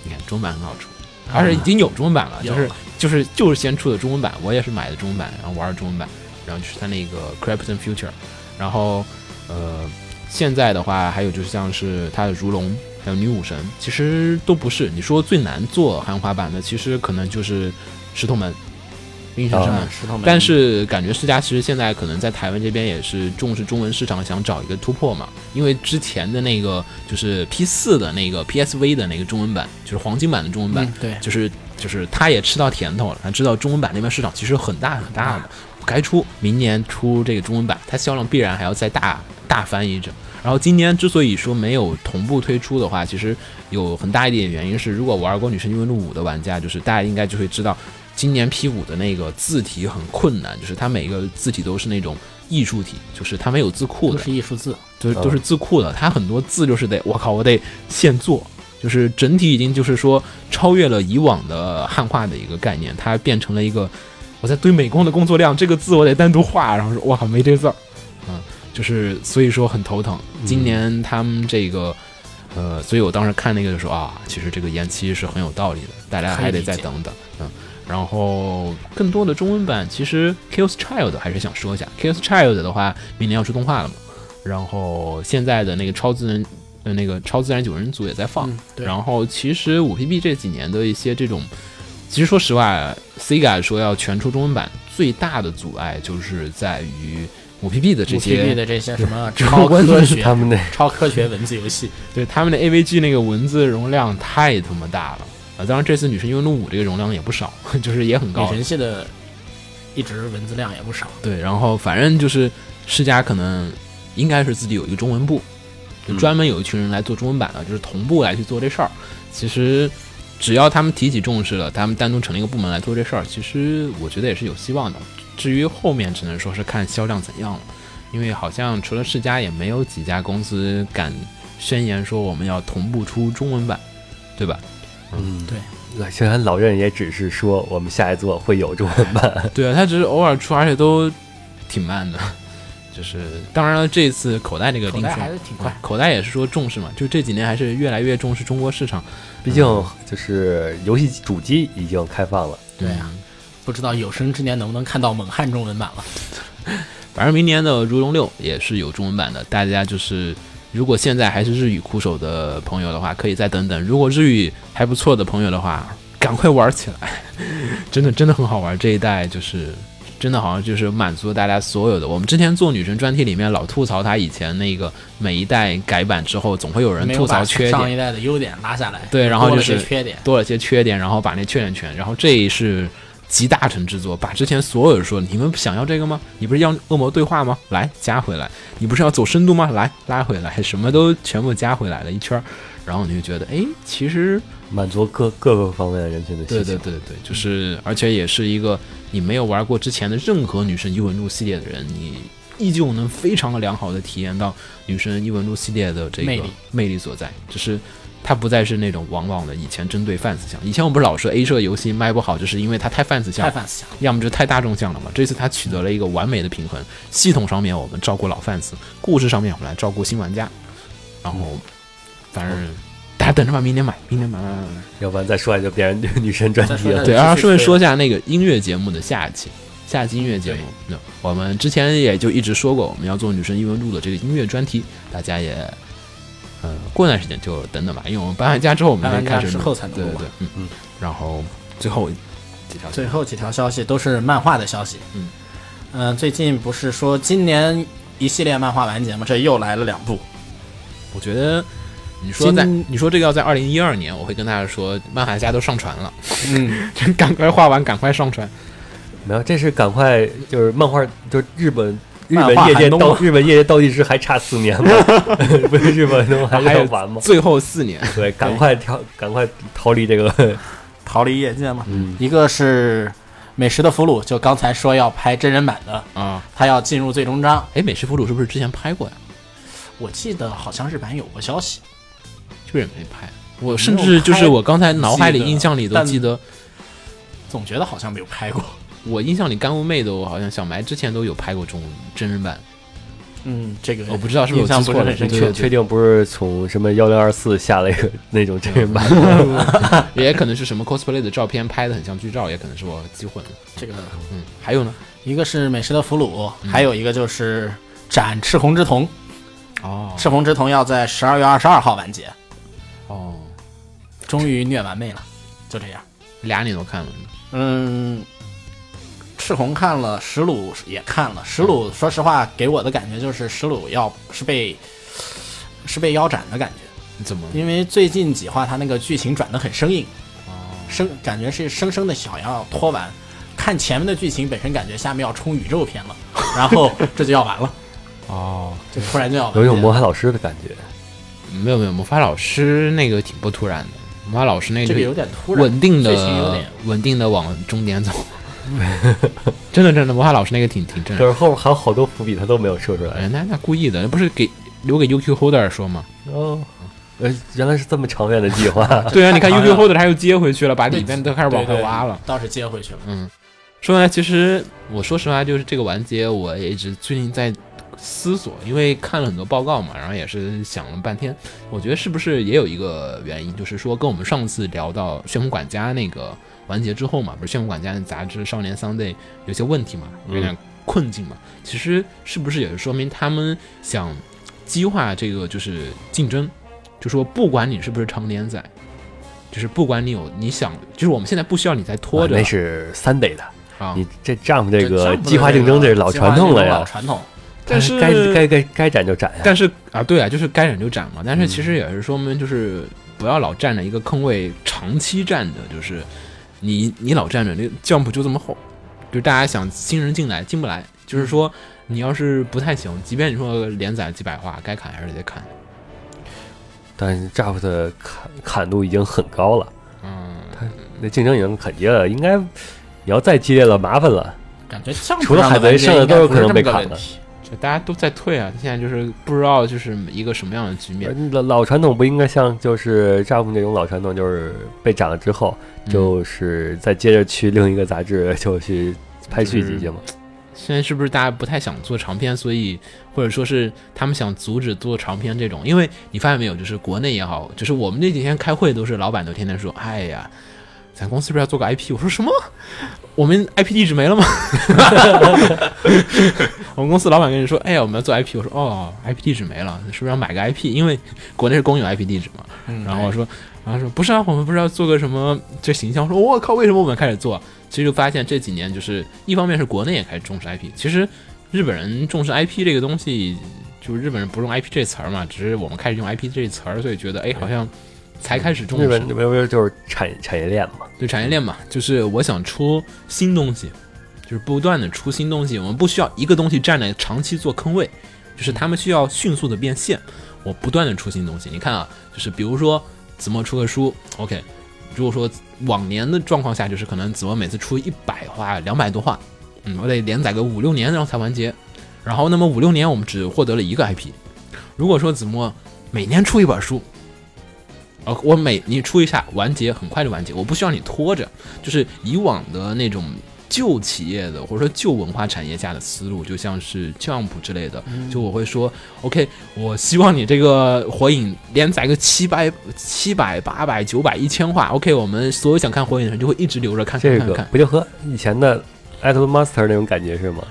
[SPEAKER 4] 你看中文版很好出，而且已经有中文版了，就是就是就是先出的中文版，我也是买的中文版，然后玩的中文版，然后就是它那个 Crypton Future，然后呃，现在的话还有就是像是它的如龙。还有女武神，其实都不是。你说最难做汉化版的，其实可能就是石头门、冰神之门
[SPEAKER 2] 啊，
[SPEAKER 3] 石头门
[SPEAKER 4] 但是感觉世嘉其实现在可能在台湾这边也是重视中文市场，想找一个突破嘛。因为之前的那个就是 P 4的那个 PSV 的那个中文版，就是黄金版的中文版，
[SPEAKER 3] 嗯对
[SPEAKER 4] 就是就是他也吃到甜头了，他知道中文版那边市场其实很大很大
[SPEAKER 3] 啊
[SPEAKER 4] 的，该出明年出这个中文版，它销量必然还要再大大翻一整。然后今年之所以说没有同步推出的话，其实有很大一点原因是，如果玩过《女神异闻录五》的玩家，就是大家应该就会知道，今年 P 五的那个字体很困难，就是它每个字体都是那种艺术体，就是它没有字库
[SPEAKER 3] 都
[SPEAKER 4] 的，
[SPEAKER 3] 是艺术字，
[SPEAKER 4] 就是
[SPEAKER 2] 嗯
[SPEAKER 4] 都是字库的，它很多字就是得我靠，我得现做，就是整体已经就是说超越了以往的汉化的一个概念，它变成了一个我在堆美工的工作量，这个字我得单独画，然后说我靠没这字儿，嗯，就是所以说很头疼。今年他们这个。呃，所以我当时看那个就说啊，其实这个延期是很有道理的，大家还得再等等，嗯。然后更多的中文版，其实 Kills Child 还是想说一下，Kills Child 的话，明年要出动画了嘛，然后现在的那个超自然，呃，那个超自然九人组也在放。
[SPEAKER 3] 嗯，对，
[SPEAKER 4] 然后其实五 PB 这几年的一些这种，其实说实话，Sega 说要全出中文版，最大的阻碍就是在于五 PB 的这
[SPEAKER 3] 五 PB
[SPEAKER 4] 些，
[SPEAKER 3] 的这些什么超科学、
[SPEAKER 2] 他们那
[SPEAKER 3] 超科学文字游戏，
[SPEAKER 4] 对他们的 AVG 那个文字容量太他妈大了。啊，当然这次《女神异闻录五》这个容量也不少， 就是也很
[SPEAKER 3] 女
[SPEAKER 4] 高。啊
[SPEAKER 3] 神系的一直文字量也不少，
[SPEAKER 4] 对，然后反正就是世嘉可能应该是自己有一个中文部，就
[SPEAKER 2] 嗯
[SPEAKER 4] 专门有一群人来做中文版的，就是同步来去做这事儿。其实只要他们提起重视了，他们单独成立一个部门来做这事儿，其实我觉得也是有希望的。至于后面，只能说是看销量怎样了，因为好像除了世嘉，也没有几家公司敢宣言说我们要同步出中文版，对 吧？
[SPEAKER 2] 嗯
[SPEAKER 3] 对。
[SPEAKER 2] 对， 虽然老任也只是说我们下一座会有中文 版，
[SPEAKER 4] 对啊，他只是偶尔出，而且都挺慢的。 就是当然了，这次口袋这个
[SPEAKER 3] 口
[SPEAKER 4] 定嗯
[SPEAKER 3] 袋
[SPEAKER 4] 价
[SPEAKER 3] 还是挺
[SPEAKER 4] 快
[SPEAKER 3] 快，，
[SPEAKER 4] 口袋也是说重视嘛，就这几年还是越来越重视中国市场。
[SPEAKER 2] 毕竟就是游戏主机已经开放了。
[SPEAKER 3] 对啊
[SPEAKER 4] 嗯，
[SPEAKER 3] 不知道有生之年能不能看到猛汉中文版了。
[SPEAKER 4] 反正明年的《如龙六》也是有中文版的，大家就是如果现在还是日语苦手的朋友的话，可以再等等；如果日语还不错的朋友的话，赶快玩起来， 真的真的很好玩。这一代就是。真的好像就是满足了大家所有的。我们之前做女神专题里面老吐槽他以前那个每一代改版之后，总会有人
[SPEAKER 3] 没有
[SPEAKER 4] 吐槽
[SPEAKER 3] 把
[SPEAKER 4] 缺点
[SPEAKER 3] 上，一代的优点拉下来，
[SPEAKER 4] 对然后
[SPEAKER 3] 多了
[SPEAKER 4] 就是
[SPEAKER 3] 些缺点，
[SPEAKER 4] 多了些缺点，然后把那缺点全，然后这是集大成之作，把之前所有人说你们想要这个吗？你不是要恶魔对话吗？来加回来，你不是要走深度吗？来拉回来，什么都全部加回来了一圈儿，然后你就觉得，哎，其实
[SPEAKER 2] 满足各各个方面的人群的需
[SPEAKER 4] 对
[SPEAKER 2] 求。
[SPEAKER 4] 对对对，就是而且也是一个你没有玩过之前的任何女神异闻录系列的人，你依旧能非常良好的体验到女神异闻录系列的这
[SPEAKER 3] 魅
[SPEAKER 4] 个
[SPEAKER 3] 力
[SPEAKER 4] 魅力所在，就是。它不再是那种往往的以前针对 fans 向，以前我们不是老说 A 社游戏卖不好，就是因为它太 fans 向
[SPEAKER 3] 太
[SPEAKER 4] 了，
[SPEAKER 3] 反思了。
[SPEAKER 4] 要么就是太大众向了嘛。这次它取得了一个完美的平衡，系统上面我们照顾老 fans，故事上面我们来照顾新玩家，然
[SPEAKER 3] 嗯
[SPEAKER 4] 后反正大家等着吧，明年买，明年买买买买买。
[SPEAKER 2] 要不然再说下就变成女女神专题了。
[SPEAKER 4] 对，
[SPEAKER 3] 再继续
[SPEAKER 4] 然后顺便
[SPEAKER 3] 吹
[SPEAKER 4] 说一下那个音乐节目的下一期，下一期音乐节目
[SPEAKER 3] 对，
[SPEAKER 4] 那我们之前也就一直说过，我们要做女神异闻录的这个音乐专题，大家也，呃，过段时间就等等吧，因为我们搬完家之后，我们
[SPEAKER 3] 搬完
[SPEAKER 4] 才开
[SPEAKER 3] 家
[SPEAKER 4] 始
[SPEAKER 3] 之
[SPEAKER 4] 录
[SPEAKER 3] 后才能
[SPEAKER 4] 对
[SPEAKER 3] 录
[SPEAKER 4] 对
[SPEAKER 3] 吧
[SPEAKER 4] 对，嗯
[SPEAKER 2] 嗯
[SPEAKER 4] 嗯，然后最后几条，
[SPEAKER 3] 最后几条消息都是漫画的消息。
[SPEAKER 4] 嗯，
[SPEAKER 3] 呃，最近不是说今年一系列漫画完结吗？这又来了两部。
[SPEAKER 4] 我觉得。你说在
[SPEAKER 3] 今
[SPEAKER 4] 你说这个要在二零一二年，我会跟大家说，漫画家都上传了，
[SPEAKER 3] 嗯，
[SPEAKER 4] 赶快画完，赶快上传。
[SPEAKER 2] 没有，这是赶快就是漫画，就是日本日
[SPEAKER 3] 漫
[SPEAKER 2] 本
[SPEAKER 3] 画
[SPEAKER 2] 业界
[SPEAKER 3] 寒冬
[SPEAKER 2] 倒日本业界倒计时还差四年吗？ 不是日本能还
[SPEAKER 4] 还
[SPEAKER 2] 要
[SPEAKER 4] 有
[SPEAKER 2] 完吗？
[SPEAKER 4] 最后四年，
[SPEAKER 2] 对，赶快跳， 赶快逃离这个。
[SPEAKER 3] 逃离业界嘛。
[SPEAKER 2] 嗯，
[SPEAKER 3] 一个是《美食的俘虏》，就刚才说要拍真人版的，
[SPEAKER 4] 啊！
[SPEAKER 3] 他要进入最终章。
[SPEAKER 4] 哎，美食俘虏是不是之前拍过呀？
[SPEAKER 3] 我记得好像日版有过消息，
[SPEAKER 4] 这个人没拍。我甚至就是我刚才脑海里印象里都记得，
[SPEAKER 3] 总觉得好像没有拍过。
[SPEAKER 4] 我印象里干物妹的，我好像小埋之前都有拍过中文真人版，
[SPEAKER 3] 嗯，这个
[SPEAKER 4] 我不知道是不是
[SPEAKER 3] 印
[SPEAKER 4] 我
[SPEAKER 3] 象
[SPEAKER 4] 记
[SPEAKER 3] 不
[SPEAKER 4] 错
[SPEAKER 3] 是
[SPEAKER 4] 了
[SPEAKER 3] 很深
[SPEAKER 4] 对
[SPEAKER 3] 刻
[SPEAKER 2] 确
[SPEAKER 4] 对。
[SPEAKER 2] 确定不是从什么幺零二四下了一个那种真人版？
[SPEAKER 4] 也可能是什么 cosplay 的照片拍的很像剧照，也可能是我记混了。
[SPEAKER 3] 这个嗯
[SPEAKER 4] 嗯，还有呢？
[SPEAKER 3] 一个是《美食的俘虏》，还有一个就是《斩赤红之瞳》。
[SPEAKER 4] 哦
[SPEAKER 3] 赤红之瞳要在十二月二十二号完结，
[SPEAKER 4] 哦，
[SPEAKER 3] 终于虐完妹了，就这样。
[SPEAKER 4] 俩你都看了，
[SPEAKER 3] 嗯，赤红看了，石鲁也看了。石鲁
[SPEAKER 2] 嗯
[SPEAKER 3] 说实话，给我的感觉就是石鲁要是被是被腰斩的感觉，
[SPEAKER 4] 你怎么了？
[SPEAKER 3] 因为最近几话他那个剧情转得很生硬，
[SPEAKER 2] 哦
[SPEAKER 3] 生感觉是生生的想要拖完。看前面的剧情本身感觉下面要冲宇宙 篇了，然后这就要完了，
[SPEAKER 4] 哦，
[SPEAKER 3] 就突然就要 完
[SPEAKER 2] 有一种
[SPEAKER 3] 结
[SPEAKER 2] 魔海老师的感 觉。
[SPEAKER 4] 没有没有，魔法老师那个挺不突然的，魔法老师那
[SPEAKER 3] 这个
[SPEAKER 4] 个
[SPEAKER 3] 有点突然，
[SPEAKER 4] 稳定
[SPEAKER 3] 剧情有
[SPEAKER 4] 的
[SPEAKER 3] 点
[SPEAKER 4] 稳定的往终点走。 真的真的，魔法老师那个挺挺真
[SPEAKER 2] 可。是后面还有好多伏笔，他都没有说出来
[SPEAKER 4] 哎，。那那故意的，那不是给留给 UQ Holder 说吗？
[SPEAKER 2] 哦，呃，原来是这么长远的计 划。
[SPEAKER 4] 对啊，你看
[SPEAKER 3] 太长
[SPEAKER 4] UQ
[SPEAKER 3] 了
[SPEAKER 4] Holder 他又接回去了，把
[SPEAKER 3] 对
[SPEAKER 4] 里边都开始往
[SPEAKER 3] 对
[SPEAKER 4] 回
[SPEAKER 3] 对
[SPEAKER 4] 挖了。
[SPEAKER 3] 倒是接回去了。
[SPEAKER 4] 嗯，说来其实我说实话，就是这个完结，我也一直最近在思索，因为看了很多报告嘛，然后也是想了半天，我觉得是不是也有一个原因，就是说跟我们上次聊到《旋风管家》那个完结之后嘛，不是《旋风管家》的杂志《少年 Sunday》有些问题嘛，有点困境嘛，其实是不是也是说明他们想激化这个就是竞争，就说不管你是不是常连载。就是不管你有你想，就是我们现在不需要你再拖着
[SPEAKER 2] 啊
[SPEAKER 4] 了
[SPEAKER 2] 那是三得的。
[SPEAKER 4] 啊，
[SPEAKER 2] 你这丈夫哦这个
[SPEAKER 3] 上次的
[SPEAKER 2] 计划竞争这是老
[SPEAKER 3] 计划
[SPEAKER 2] 传统了
[SPEAKER 3] 竞争老
[SPEAKER 2] 呀，
[SPEAKER 3] 传统。
[SPEAKER 4] 但是
[SPEAKER 2] 该该该该斩就斩呀。
[SPEAKER 4] 但是啊，对啊，就是该斩就斩嘛。但是其实也是说明，就是不要老站着一个坑位，长期站着，就是你你老站着，那 jump 就这么厚，就是大家想新人进来进不来，就是说你要是不太行，即便你说连载几百话，该砍还是得砍。
[SPEAKER 2] 但是丈夫的砍砍度已经很高了，
[SPEAKER 4] 嗯，
[SPEAKER 2] 那竞争已经很激烈了，应该你要再激烈了麻烦了。
[SPEAKER 3] 感觉像
[SPEAKER 2] 除了海贼剩下都有可能被砍的
[SPEAKER 4] 就大家都在退啊，现在就是不知道就是一个什么样的局面，
[SPEAKER 2] 嗯老老传统不应该像就是丈夫这种老传统，就是被斩了之后，
[SPEAKER 4] 嗯
[SPEAKER 2] 就是再接着去另一个杂志就去拍续集去嘛。
[SPEAKER 4] 现在是不是大家不太想做长篇，所以或者说是他们想阻止做长篇这种？因为你发现没有，就是国内也好，就是我们那几天开会都是老板都天天说，哎呀，咱公司是不是要做个 IP？我说什么？我们 IP 地址没了吗？ 我们公司老板跟你说，哎呀，我们要做 IP，我说哦，IP 地址没了，是不是要买个 IP？因为国内是公有 IP 地址嘛。
[SPEAKER 3] 嗯
[SPEAKER 4] 然后我说，然后说不是啊，我们不是要做个什么这形象？我说我靠，为什么我们开始做？其实就发现这几年就是一方面是国内也开始重视 IP，其实日本人重视 IP 这个东西，就是日本人不用 IP 这词儿嘛，只是我们开始用 IP 这词儿，所以觉得哎好像才开始重视。
[SPEAKER 2] 日本那边不是就是产产业链嘛？
[SPEAKER 4] 对产业链嘛，就是我想出新东西，就是不断的出新东西，我们不需要一个东西站在长期做坑位，就是他们需要迅速的变现，我不断的出新东西。你看啊，就是比如说子墨出个书，OK，如果说往年的状况下，就是可能子墨每次出一百话、两百多话，嗯，我得连载个五六年然后才完结，然后那么五六年我们只获得了一个 IP。如果说子墨每年出一本书，呃，我每你出一下完结，很快就完结，我不需要你拖着。就是以往的那种旧企业的或者说旧文化产业下的思路，就像是 Jump 之类的，就我会说，OK，我希望你这个火影连载个七百、七百、八百、九百、一千话，OK，我们所有想看火影的人就会一直留着看看
[SPEAKER 2] 这
[SPEAKER 4] 看
[SPEAKER 2] 个
[SPEAKER 4] 看。
[SPEAKER 2] 不就和以前的 Idol Master 那种感觉是吗？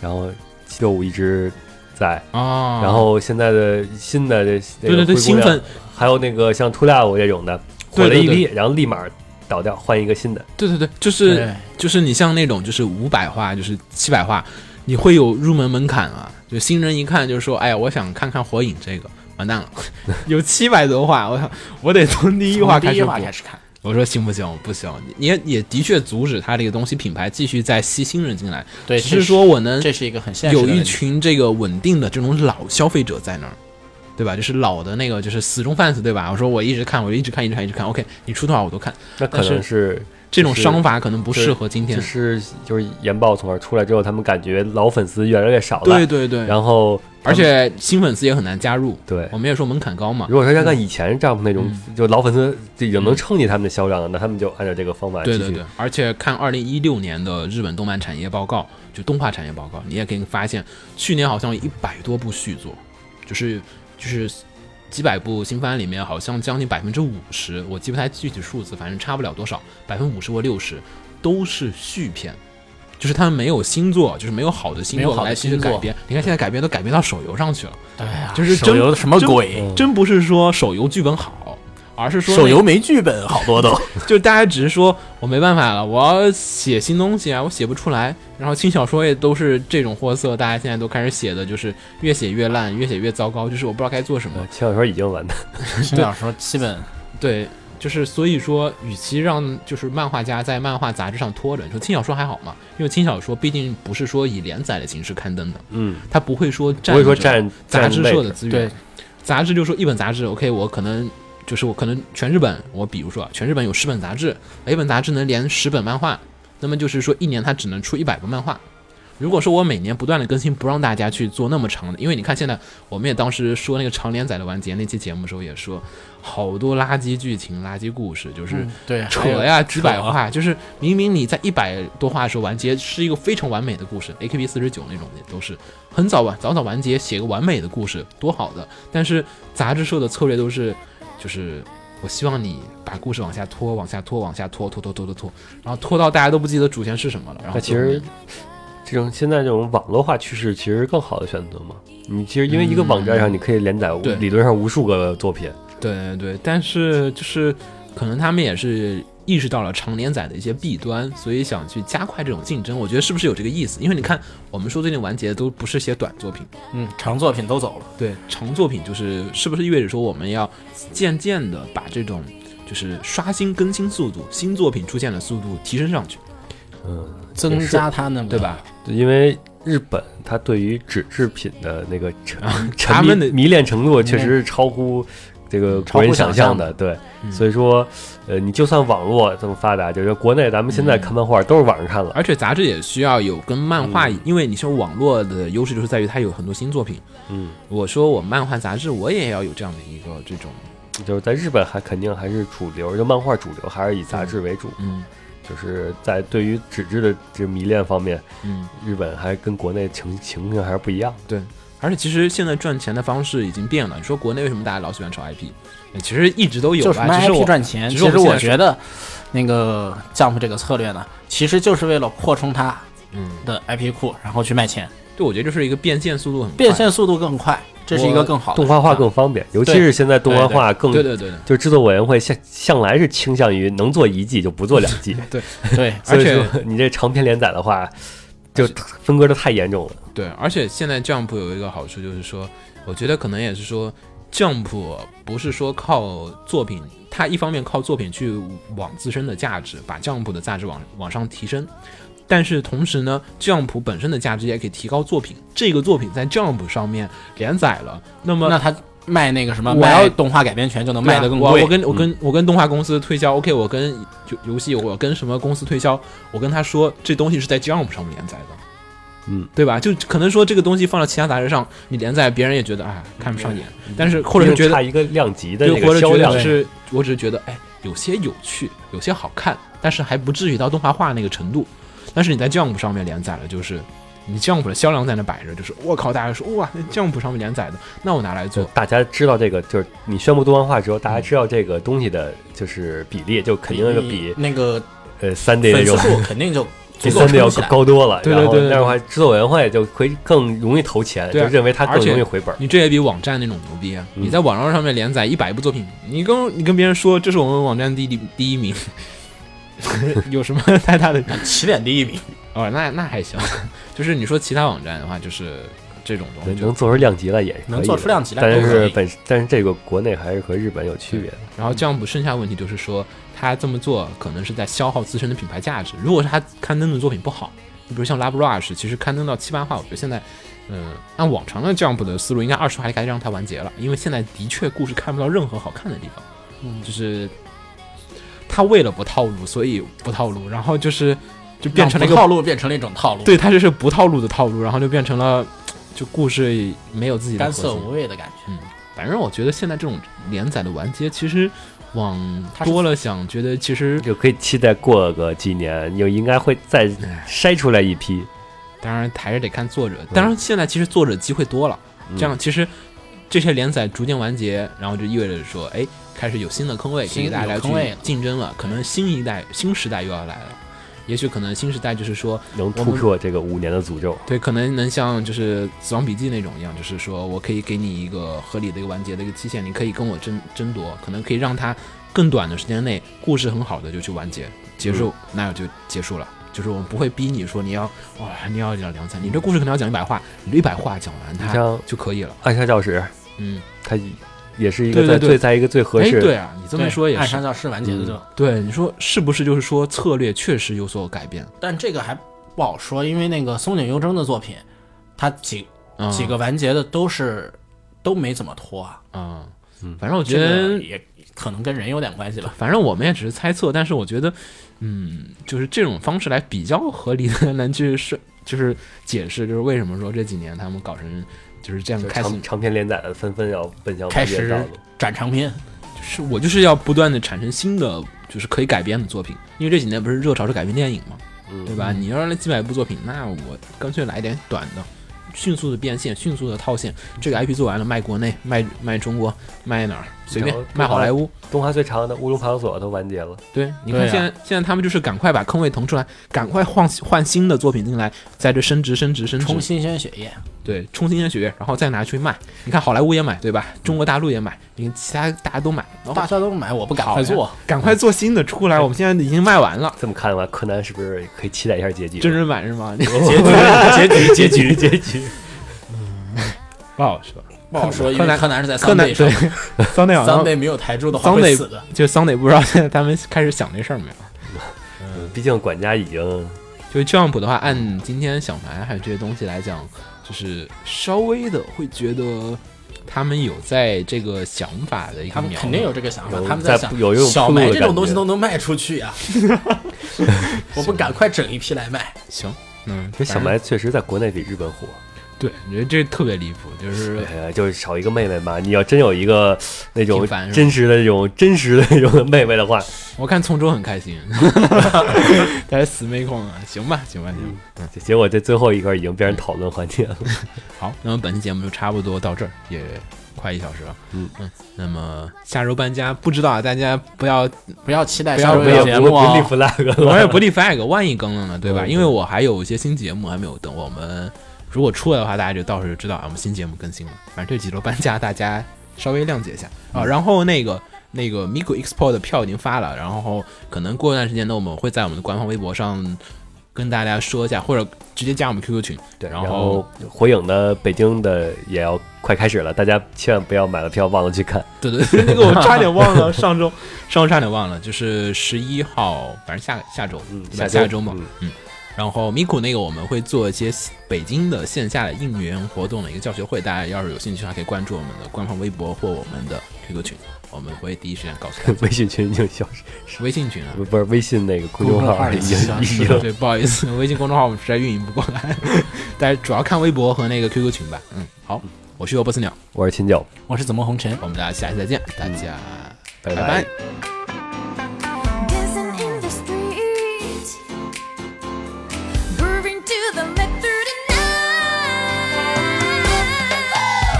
[SPEAKER 2] 然后七六五一直在，
[SPEAKER 4] 啊，
[SPEAKER 2] 然后现在的新的这
[SPEAKER 4] 对对对，新，
[SPEAKER 2] 这个灰姑娘
[SPEAKER 4] 粉
[SPEAKER 2] 还有那个像突利亚舞这种的，火
[SPEAKER 4] 对
[SPEAKER 2] 了
[SPEAKER 4] 对
[SPEAKER 2] 一批，然后立马倒掉，换一个新的。
[SPEAKER 4] 对对对，就是就是你像那种就是五百话，就是七百话，你会有入门门槛啊。就新人一看就是说，哎呀，我想看看火影这个，完蛋了， 有七百多话，我想我得从第一话开
[SPEAKER 3] 第
[SPEAKER 4] 始
[SPEAKER 3] 一
[SPEAKER 4] 补
[SPEAKER 3] 话。开始看，
[SPEAKER 4] 我说行不行？不行，你也也的确阻止他这个东西品牌继续再吸新人进来，
[SPEAKER 3] 对，
[SPEAKER 4] 只是说我能
[SPEAKER 3] 这是一个很现实的
[SPEAKER 4] 有
[SPEAKER 3] 问题
[SPEAKER 4] 一群这个稳定的这种老消费者在那儿，对吧？就是老的那个就是死忠 fans 对吧？我说我一直看，我一直看，一直看，一直看。OK，你出多少我都看，
[SPEAKER 2] 那可能是
[SPEAKER 4] 这种
[SPEAKER 2] 就是
[SPEAKER 4] 商法可能不
[SPEAKER 2] 对
[SPEAKER 4] 适合今天
[SPEAKER 2] 就。是就是研报从而出来之后，他们感觉老粉丝越来越少了，
[SPEAKER 4] 对对哦对，
[SPEAKER 2] 然后他
[SPEAKER 4] 而
[SPEAKER 2] 们
[SPEAKER 4] 且新粉丝也很难加入。
[SPEAKER 2] 对
[SPEAKER 4] 我。们也说门槛高嘛。
[SPEAKER 2] 如果说要看以前丈夫那种，
[SPEAKER 4] 嗯
[SPEAKER 2] 就老粉丝就已经能撑起他们的销量了，那他们就按照这个方法继
[SPEAKER 4] 对
[SPEAKER 2] 续。
[SPEAKER 4] 对对，而且看二零一六年的日本动漫产业报告，就动画产业报告，你也可以发现，去年好像有一百多部续作，就是就是几百部新番里面，好像将近百分之五十，我记不太具体数字，反正差不了多少，百分之五十或六十都是续篇，就是他们没有新作，就是没有好的新
[SPEAKER 3] 没有
[SPEAKER 4] 作
[SPEAKER 3] 好的
[SPEAKER 4] 来继续
[SPEAKER 3] 新作
[SPEAKER 4] 改编。你看现在改编都改编到手游上去了，
[SPEAKER 3] 对啊，
[SPEAKER 4] 就是
[SPEAKER 3] 手游
[SPEAKER 4] 真
[SPEAKER 3] 什么
[SPEAKER 4] 真
[SPEAKER 3] 鬼？
[SPEAKER 2] 嗯
[SPEAKER 4] 真不是说手游剧本好，而是说那
[SPEAKER 3] 手游没剧本，好 多都
[SPEAKER 4] 就大家只是说我没办法了，我要写新东西啊，我写不出来。然后轻小说也都是这种货色，大家现在都开始写的就是越写越烂，越写越糟糕，就是我不知道该做什么
[SPEAKER 2] 呃，。前两天已经完了，
[SPEAKER 3] 新小说基本
[SPEAKER 4] 对，就是所以说，与其让就是漫画家在漫画杂志上拖着，你说轻小说还好嘛？因为轻小说毕竟不是说以连载的形式刊登的，
[SPEAKER 2] 嗯，
[SPEAKER 4] 它不会说
[SPEAKER 2] 不
[SPEAKER 4] 占
[SPEAKER 2] 会说
[SPEAKER 4] 着
[SPEAKER 2] 占
[SPEAKER 4] 杂
[SPEAKER 2] 占
[SPEAKER 4] 志
[SPEAKER 2] 位
[SPEAKER 4] 社
[SPEAKER 2] 置
[SPEAKER 4] 的资源
[SPEAKER 3] 对。
[SPEAKER 4] 杂志就说一本杂志，OK，我可能就是我可能全日本，我比如说啊，全日本有十本杂志，每本杂志能连十本漫画，那么就是说一年它只能出一百部漫画。如果说我每年不断的更新，不让大家去做那么长的，因为你看现在我们也当时说那个长连载的完结那期节目的时候也说，好多垃圾剧情、垃圾故事，就是
[SPEAKER 3] 嗯对，
[SPEAKER 4] 扯啊
[SPEAKER 3] 还有
[SPEAKER 4] 哎呀，几百
[SPEAKER 3] 扯
[SPEAKER 4] 话，就是明明你在一百多话的时候完结，是一个非常完美的故事，AKB 四十九那种也都是很早完早早完结，写个完美的故事多好的。但是杂志社的策略都是，就是我希望你把故事往下拖，往下拖，往下拖，拖拖拖拖拖，然后拖到大家都不记得主线是什么了。然后
[SPEAKER 2] 那其实这种现在这种网络化趋势，其实更好的选择嘛。你其实因为一个网站上，你可以连载无
[SPEAKER 4] 嗯对
[SPEAKER 2] 理论上无数个作品，
[SPEAKER 4] 对对对，但是就是可能他们也是意识到了长连载的一些弊端，所以想去加快这种竞争。我觉得是不是有这个意思？因为你看，我们说最近完结的都不是些短作品，
[SPEAKER 3] 嗯，长作品都走了。
[SPEAKER 4] 对，长作品就是是不是意味着说我们要渐渐的把这种就是刷新更新速度、新作品出现的速度提升上去，
[SPEAKER 2] 嗯，
[SPEAKER 3] 增
[SPEAKER 2] 也是
[SPEAKER 3] 加他们的
[SPEAKER 4] 对吧？？
[SPEAKER 2] 对因为日本它对于纸制品的那个沉沉
[SPEAKER 4] 他
[SPEAKER 2] 迷
[SPEAKER 4] 们的
[SPEAKER 2] 迷恋程度，确实是超乎这个
[SPEAKER 3] 超
[SPEAKER 2] 国
[SPEAKER 3] 乎
[SPEAKER 2] 人想
[SPEAKER 3] 想
[SPEAKER 2] 象
[SPEAKER 3] 象
[SPEAKER 2] 的。对，
[SPEAKER 4] 嗯
[SPEAKER 2] 所以说，呃，你就算网络这么发达，就是国内咱们现在看漫画都是网上看了，
[SPEAKER 4] 而且杂志也需要有跟漫画，
[SPEAKER 2] 嗯
[SPEAKER 4] 因为你像网络的优势就是在于它有很多新作品。
[SPEAKER 2] 嗯，
[SPEAKER 4] 我说我漫画杂志，我也要有这样的一个这种，
[SPEAKER 2] 嗯就是在日本还肯定还是主流，就漫画主流还是以杂志为主，
[SPEAKER 4] 嗯
[SPEAKER 2] 就是在对于纸质的这迷恋方面，
[SPEAKER 4] 嗯，
[SPEAKER 2] 日本还跟国内情情况还是不一样。
[SPEAKER 4] 对，而且其实现在赚钱的方式已经变了。你说国内为什么大家老喜欢炒 IP？呃其实一直都有
[SPEAKER 3] 就是
[SPEAKER 4] 吧，
[SPEAKER 3] 卖
[SPEAKER 4] 只是
[SPEAKER 3] IP
[SPEAKER 4] 我
[SPEAKER 3] 赚钱。
[SPEAKER 4] 只
[SPEAKER 3] 其
[SPEAKER 4] 是我
[SPEAKER 3] 实
[SPEAKER 4] 们现
[SPEAKER 3] 我
[SPEAKER 4] 在
[SPEAKER 3] 觉得，那个 Jump 这个策略呢，其实就是为了扩充它
[SPEAKER 4] 嗯，
[SPEAKER 3] 的 IP 库，然后去卖钱，
[SPEAKER 4] 对，我觉得就是一个变现速度很快
[SPEAKER 3] 变，现速度更快，这是一个更好的
[SPEAKER 2] 动画化更方便，尤其是现在动画化更，
[SPEAKER 4] 对对对对
[SPEAKER 2] 就制作委员会向向来是倾向于能做一季就不做两 季，
[SPEAKER 3] 对，
[SPEAKER 2] 所以
[SPEAKER 4] 而
[SPEAKER 2] 说你这长篇连载的话，就分割的太严重了。
[SPEAKER 4] 对。而且现在 Jump 有一个好处就是说，我觉得可能也是说 Jump 不是说靠作品，它一方面靠作品去往自身的价值，把 Jump 的价值往往上提升。但是同时呢，Jump 本身的价值也可以提高作品。这个作品在 Jump 上面连载了，那么
[SPEAKER 3] 那他卖那个什么，
[SPEAKER 4] 我要
[SPEAKER 3] 卖动画改编权就能
[SPEAKER 4] 对啊
[SPEAKER 3] 卖得更
[SPEAKER 4] 我
[SPEAKER 3] 贵。嗯
[SPEAKER 4] 我跟我跟我跟动画公司推销，OK，我跟就游戏，我跟什么公司推销，我跟他说这东西是在 Jump 上面连载的，
[SPEAKER 2] 嗯，
[SPEAKER 4] 对吧？就可能说这个东西放到其他杂志上，你连载，别人也觉得啊看不上眼，
[SPEAKER 2] 嗯
[SPEAKER 4] 但是或者是觉
[SPEAKER 2] 又差
[SPEAKER 4] 得，
[SPEAKER 2] 一个量级的
[SPEAKER 4] 就
[SPEAKER 2] 那
[SPEAKER 4] 或
[SPEAKER 2] 个
[SPEAKER 4] 者
[SPEAKER 2] 销
[SPEAKER 4] 觉
[SPEAKER 2] 量
[SPEAKER 4] 得，是，我只是觉得哎有些有趣，有些好看，但是还不至于到动画化那个程度。但是你在 Jump 上面连载了，就是。你 Jump 的销量在那摆着，就是我靠，大家说哇那，Jump 上面连载的，那我拿来
[SPEAKER 2] 就
[SPEAKER 4] 做，
[SPEAKER 2] 大家知道这个，就是你宣布动画化之后，大家知道这个东西的就是比
[SPEAKER 4] 嗯
[SPEAKER 2] 例，就肯定就比
[SPEAKER 3] 那个
[SPEAKER 2] 呃三 D 那
[SPEAKER 3] 粉丝
[SPEAKER 2] 种
[SPEAKER 3] 数肯定就
[SPEAKER 2] 比
[SPEAKER 3] 足够
[SPEAKER 2] 三 D 要
[SPEAKER 3] 撑起
[SPEAKER 2] 高
[SPEAKER 3] 来。
[SPEAKER 2] 高多了。
[SPEAKER 4] 对对
[SPEAKER 2] 然后
[SPEAKER 4] 对对
[SPEAKER 2] 那样的话，制作委员会就会更容易投钱，
[SPEAKER 4] 对
[SPEAKER 2] 就
[SPEAKER 4] 啊
[SPEAKER 2] 认为它
[SPEAKER 4] 而
[SPEAKER 2] 更
[SPEAKER 4] 且
[SPEAKER 2] 容易回本。
[SPEAKER 4] 你这也比网站那种牛逼啊！
[SPEAKER 2] 嗯
[SPEAKER 4] 你在网络上面连载一百部作品，你跟你跟别人说这是我们网站第一第一名， 有什么太大的？
[SPEAKER 3] 起点第一名，
[SPEAKER 4] 哦，那那还行。就是你说其他网站的话，就是这种东
[SPEAKER 2] 能
[SPEAKER 4] 西就。
[SPEAKER 2] 能做出量级来也可以的
[SPEAKER 3] 能做出量级来
[SPEAKER 2] 但
[SPEAKER 3] 都可
[SPEAKER 2] 是
[SPEAKER 3] 以
[SPEAKER 2] 本但是这个国内还是和日本有区别的。
[SPEAKER 4] 然
[SPEAKER 3] 嗯
[SPEAKER 4] 后 Jump 剩下问题就是说，他这么做可能是在消耗自身的品牌价值。如果是他刊登的作品不好，你比如像 Lab Rush，其实刊登到七八话，我觉得现在，嗯，按往常的 Jump 的思路，应该二十话就该让它完结了，因为现在的确故事看不到任何好看的地方。
[SPEAKER 3] 嗯
[SPEAKER 4] 就是他为了不套路，所以不套路，然后就是就 变成了一
[SPEAKER 3] 让
[SPEAKER 4] 个
[SPEAKER 3] 不套路，变成了一种套路，
[SPEAKER 4] 对，他就是不套路的套路，然后就变成了就故事没有自己的
[SPEAKER 3] 干
[SPEAKER 4] 核
[SPEAKER 3] 涩
[SPEAKER 4] 心
[SPEAKER 3] 无味的感觉。
[SPEAKER 4] 反正我觉得现在这种连载的完结，其实往
[SPEAKER 3] 它是
[SPEAKER 4] 多了想，觉得其 实
[SPEAKER 2] 就可以期待过个几年，又应该会再
[SPEAKER 3] 嗯
[SPEAKER 2] 筛出来一批。
[SPEAKER 4] 哎当然还是得看作者。当然现在其实作者机会多了，
[SPEAKER 3] 嗯
[SPEAKER 4] 这样其实这些连载逐渐完结，然后就意味着说，哎，开始有新的坑位可以
[SPEAKER 3] 新
[SPEAKER 4] 给大家来
[SPEAKER 3] 有
[SPEAKER 4] 去
[SPEAKER 3] 坑位了
[SPEAKER 4] 竞争了，可能新一代新时代又要来了。也许可能新时代就是说，
[SPEAKER 2] 能突破这个五年的诅咒。
[SPEAKER 4] 对，可能能像就是《死亡笔记》那种一样，就是说我可以给你一个合理的一个完结的一个期限，你可以跟我争争夺，可能可以让它更短的时间内，故事很好的就去完结结束，那就结束了。就是我们不会逼你说你要哇，你要讲两三，你这故事可能要讲一百话，你这一百话讲完
[SPEAKER 2] 你
[SPEAKER 4] 它
[SPEAKER 2] 像
[SPEAKER 4] 就可以了。
[SPEAKER 2] 暗杀教室，
[SPEAKER 4] 嗯，
[SPEAKER 2] 它也是一
[SPEAKER 4] 对
[SPEAKER 2] 个
[SPEAKER 4] 对
[SPEAKER 2] 在
[SPEAKER 4] 对
[SPEAKER 2] 最在一个最合
[SPEAKER 4] 哎，
[SPEAKER 2] 适。
[SPEAKER 4] 对啊，你这么
[SPEAKER 3] 对
[SPEAKER 4] 说也
[SPEAKER 3] 暗
[SPEAKER 4] 是嗯
[SPEAKER 3] 杀，教室完结的就，
[SPEAKER 4] 对，你说是不是就是说策略确实有所改变？
[SPEAKER 3] 但这个还不好说，因为那个松井优征的作品，他几
[SPEAKER 4] 嗯、
[SPEAKER 3] 几个完结的都是都没怎么拖啊。
[SPEAKER 4] 啊、嗯，反正我觉
[SPEAKER 3] 这个
[SPEAKER 4] 得
[SPEAKER 3] 也可能跟人有点关系吧。
[SPEAKER 4] 反正我们也只是猜测，但是我觉得，嗯，就是这种方式来比较合理的 能去是就是解释，就是为什么说这几年他们搞成就是这样
[SPEAKER 2] 就
[SPEAKER 4] 开
[SPEAKER 2] 长
[SPEAKER 4] 始，
[SPEAKER 2] 长篇连载的纷纷要奔向
[SPEAKER 3] 开
[SPEAKER 2] 完结道
[SPEAKER 3] 始
[SPEAKER 2] 路。
[SPEAKER 3] 转长篇，
[SPEAKER 4] 就是我就是要不断的产生新的就是可以改编的作品，因为这几年不是热潮是改编电影嘛，
[SPEAKER 2] 嗯
[SPEAKER 4] 对吧？你要来几百部作品，那我干脆来点短的。迅速的变现，迅速的套现，这
[SPEAKER 2] 嗯
[SPEAKER 4] 个 IP 做完了，卖国内，卖卖中国，卖哪儿随便
[SPEAKER 2] 然后，
[SPEAKER 4] 卖好莱坞。
[SPEAKER 2] 动画最长的《乌龙派出所》都完结了，
[SPEAKER 4] 对，你
[SPEAKER 3] 对
[SPEAKER 4] 看
[SPEAKER 3] 啊呀
[SPEAKER 4] 现在、现在他们就是赶快把坑位腾出来，赶快换换新的作品进来，在这升值升值升值，
[SPEAKER 3] 冲新鲜血液。
[SPEAKER 4] 对冲新鲜血液，然后再拿去卖。你看好莱坞也买，对吧？中国大陆也买，你看其他大家都买，然
[SPEAKER 3] 大
[SPEAKER 4] 后
[SPEAKER 3] 家都买，我不赶快 做，
[SPEAKER 4] 赶快做新的出来。我们现在已经卖完了，
[SPEAKER 2] 这么看的话，柯南是不是可以期待一下结局？
[SPEAKER 4] 真人版是吗？
[SPEAKER 2] 结局，结局，结局，结局。
[SPEAKER 4] 不好说。
[SPEAKER 3] 不好说，因
[SPEAKER 4] 柯
[SPEAKER 3] 为
[SPEAKER 4] 南
[SPEAKER 3] 柯南是在
[SPEAKER 4] 柯
[SPEAKER 3] 三
[SPEAKER 4] 南
[SPEAKER 3] 倍上
[SPEAKER 4] 对， 桑内好
[SPEAKER 3] 三
[SPEAKER 4] 像
[SPEAKER 3] 倍没有台柱的话
[SPEAKER 4] 桑
[SPEAKER 3] 会
[SPEAKER 4] 内
[SPEAKER 3] 死的。
[SPEAKER 4] 就桑内不知道现在他们开始想这事儿没有？
[SPEAKER 2] 毕竟管家已经
[SPEAKER 4] 就是 Jump 的话，按今天小白还有这些东西来讲，就是稍微的会觉得他们有在这个想法的一
[SPEAKER 3] 他
[SPEAKER 4] 个
[SPEAKER 3] 们
[SPEAKER 4] 瞄
[SPEAKER 3] 肯定有
[SPEAKER 4] 准。
[SPEAKER 3] 这个想法，
[SPEAKER 2] 有
[SPEAKER 3] 他们在
[SPEAKER 2] 在
[SPEAKER 3] 想
[SPEAKER 2] 有用
[SPEAKER 3] 小
[SPEAKER 2] 铺路
[SPEAKER 3] 麦
[SPEAKER 2] 的
[SPEAKER 3] 这种
[SPEAKER 2] 感
[SPEAKER 3] 东西
[SPEAKER 2] 觉
[SPEAKER 3] 都能卖出 去啊，我不赶快整一批来卖？
[SPEAKER 4] 行，嗯，
[SPEAKER 2] 这小
[SPEAKER 4] 反正
[SPEAKER 2] 白确实在国内比日本火，
[SPEAKER 4] 对，我觉得这特别离谱，就是
[SPEAKER 2] 呃，就是少一个妹妹吧。你要真有一个那种
[SPEAKER 4] 平凡是吧
[SPEAKER 2] 真实的那种真实的那种妹妹的话，
[SPEAKER 4] 我看从中很开心，但是死妹控啊，行吧，行吧，行吧。
[SPEAKER 2] 结结果这最后一块已经变成讨论环节了。
[SPEAKER 4] 好，那么本期节目就差不多到这儿，也快一小时了。
[SPEAKER 2] 嗯
[SPEAKER 4] 嗯，那么下周搬家，不知道啊，大家不要
[SPEAKER 3] 不要期待
[SPEAKER 4] 不要
[SPEAKER 3] 下周
[SPEAKER 2] 不
[SPEAKER 3] 的
[SPEAKER 2] 要
[SPEAKER 3] 节
[SPEAKER 2] 不
[SPEAKER 3] 目
[SPEAKER 2] 不立
[SPEAKER 3] 啊！
[SPEAKER 2] flag
[SPEAKER 4] 我
[SPEAKER 2] 了，
[SPEAKER 4] 也不立 flag，万一更了呢，对吧？
[SPEAKER 2] 嗯
[SPEAKER 4] 因为我还有一些新节目还没有登，我们如果出来的话，大家就到时候就知道啊，我们新节目更新了。反正这几周搬家，大家稍微谅解一下啊。然后那个那个 Miku Expo 的票已经发了，然后可能过一段时间呢，我们会在我们的官方微博上跟大家说一下，或者直接加我们 QQ 群。
[SPEAKER 2] 对，
[SPEAKER 4] 然
[SPEAKER 2] 然
[SPEAKER 4] 后
[SPEAKER 2] 后火影的北京的也要快开始了，大家千万不要买了票忘了去看。
[SPEAKER 4] 对对，对，那个我差点忘了，上周 上周差点忘了，就是十一号，反正下下周，
[SPEAKER 2] 嗯
[SPEAKER 4] 对
[SPEAKER 2] 下
[SPEAKER 4] 吧
[SPEAKER 2] 周
[SPEAKER 4] 下周嘛，
[SPEAKER 2] 嗯
[SPEAKER 4] 嗯。然后 Miku 那个我们会做一些北京的线下的应援活动的一个教学会，大家要是有兴趣的话，可以关注我们的官方微博或我们的 QQ 群，我们会第一时间告诉大家。
[SPEAKER 2] 微信群已经消失，
[SPEAKER 4] 微信群啊，
[SPEAKER 2] 不是微信那个公众号已经已经
[SPEAKER 4] 对，不好意思，微信公众号我们实在运营不过来，但是主要看微博和那个 QQ 群吧。嗯，好，我是尤波斯鸟，
[SPEAKER 2] 我是秦九，
[SPEAKER 3] 我是怎么红尘？
[SPEAKER 4] 我们大家下期再见，大家
[SPEAKER 2] 拜
[SPEAKER 4] 嗯拜拜
[SPEAKER 1] Dancing in the street, grooving to the method of night.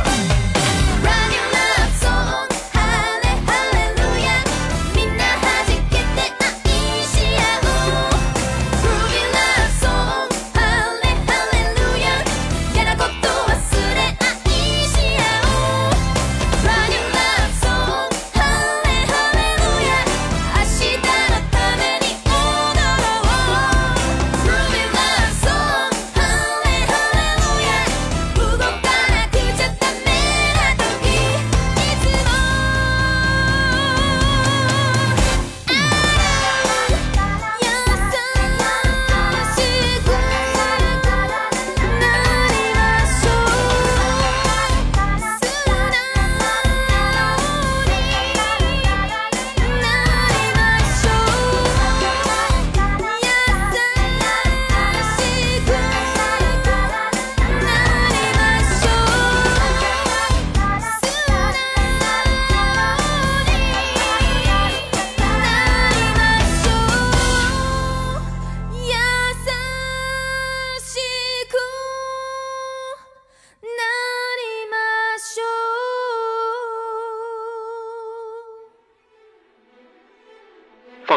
[SPEAKER 1] Rocking that song, Halle- Hallelujah. みんな弾けて愛し合おう Grooving that song, Halle- Hallelujah. 嫌なこと忘れ愛し合おう Running love song, Halle- Hallelujah. 明日のために踊ろう Running love song, Halle- Hallelujah. 動かなくちゃダメな時いつも「優しくなれましょう」「素直になれましょう」「優しくなれましょう」「素直になりましょう」「優しくなりましょう」
[SPEAKER 5] 放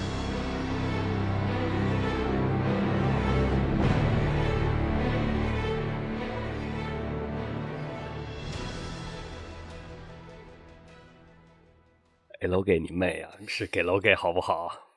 [SPEAKER 2] 给楼给你妹啊，是给楼给好不好？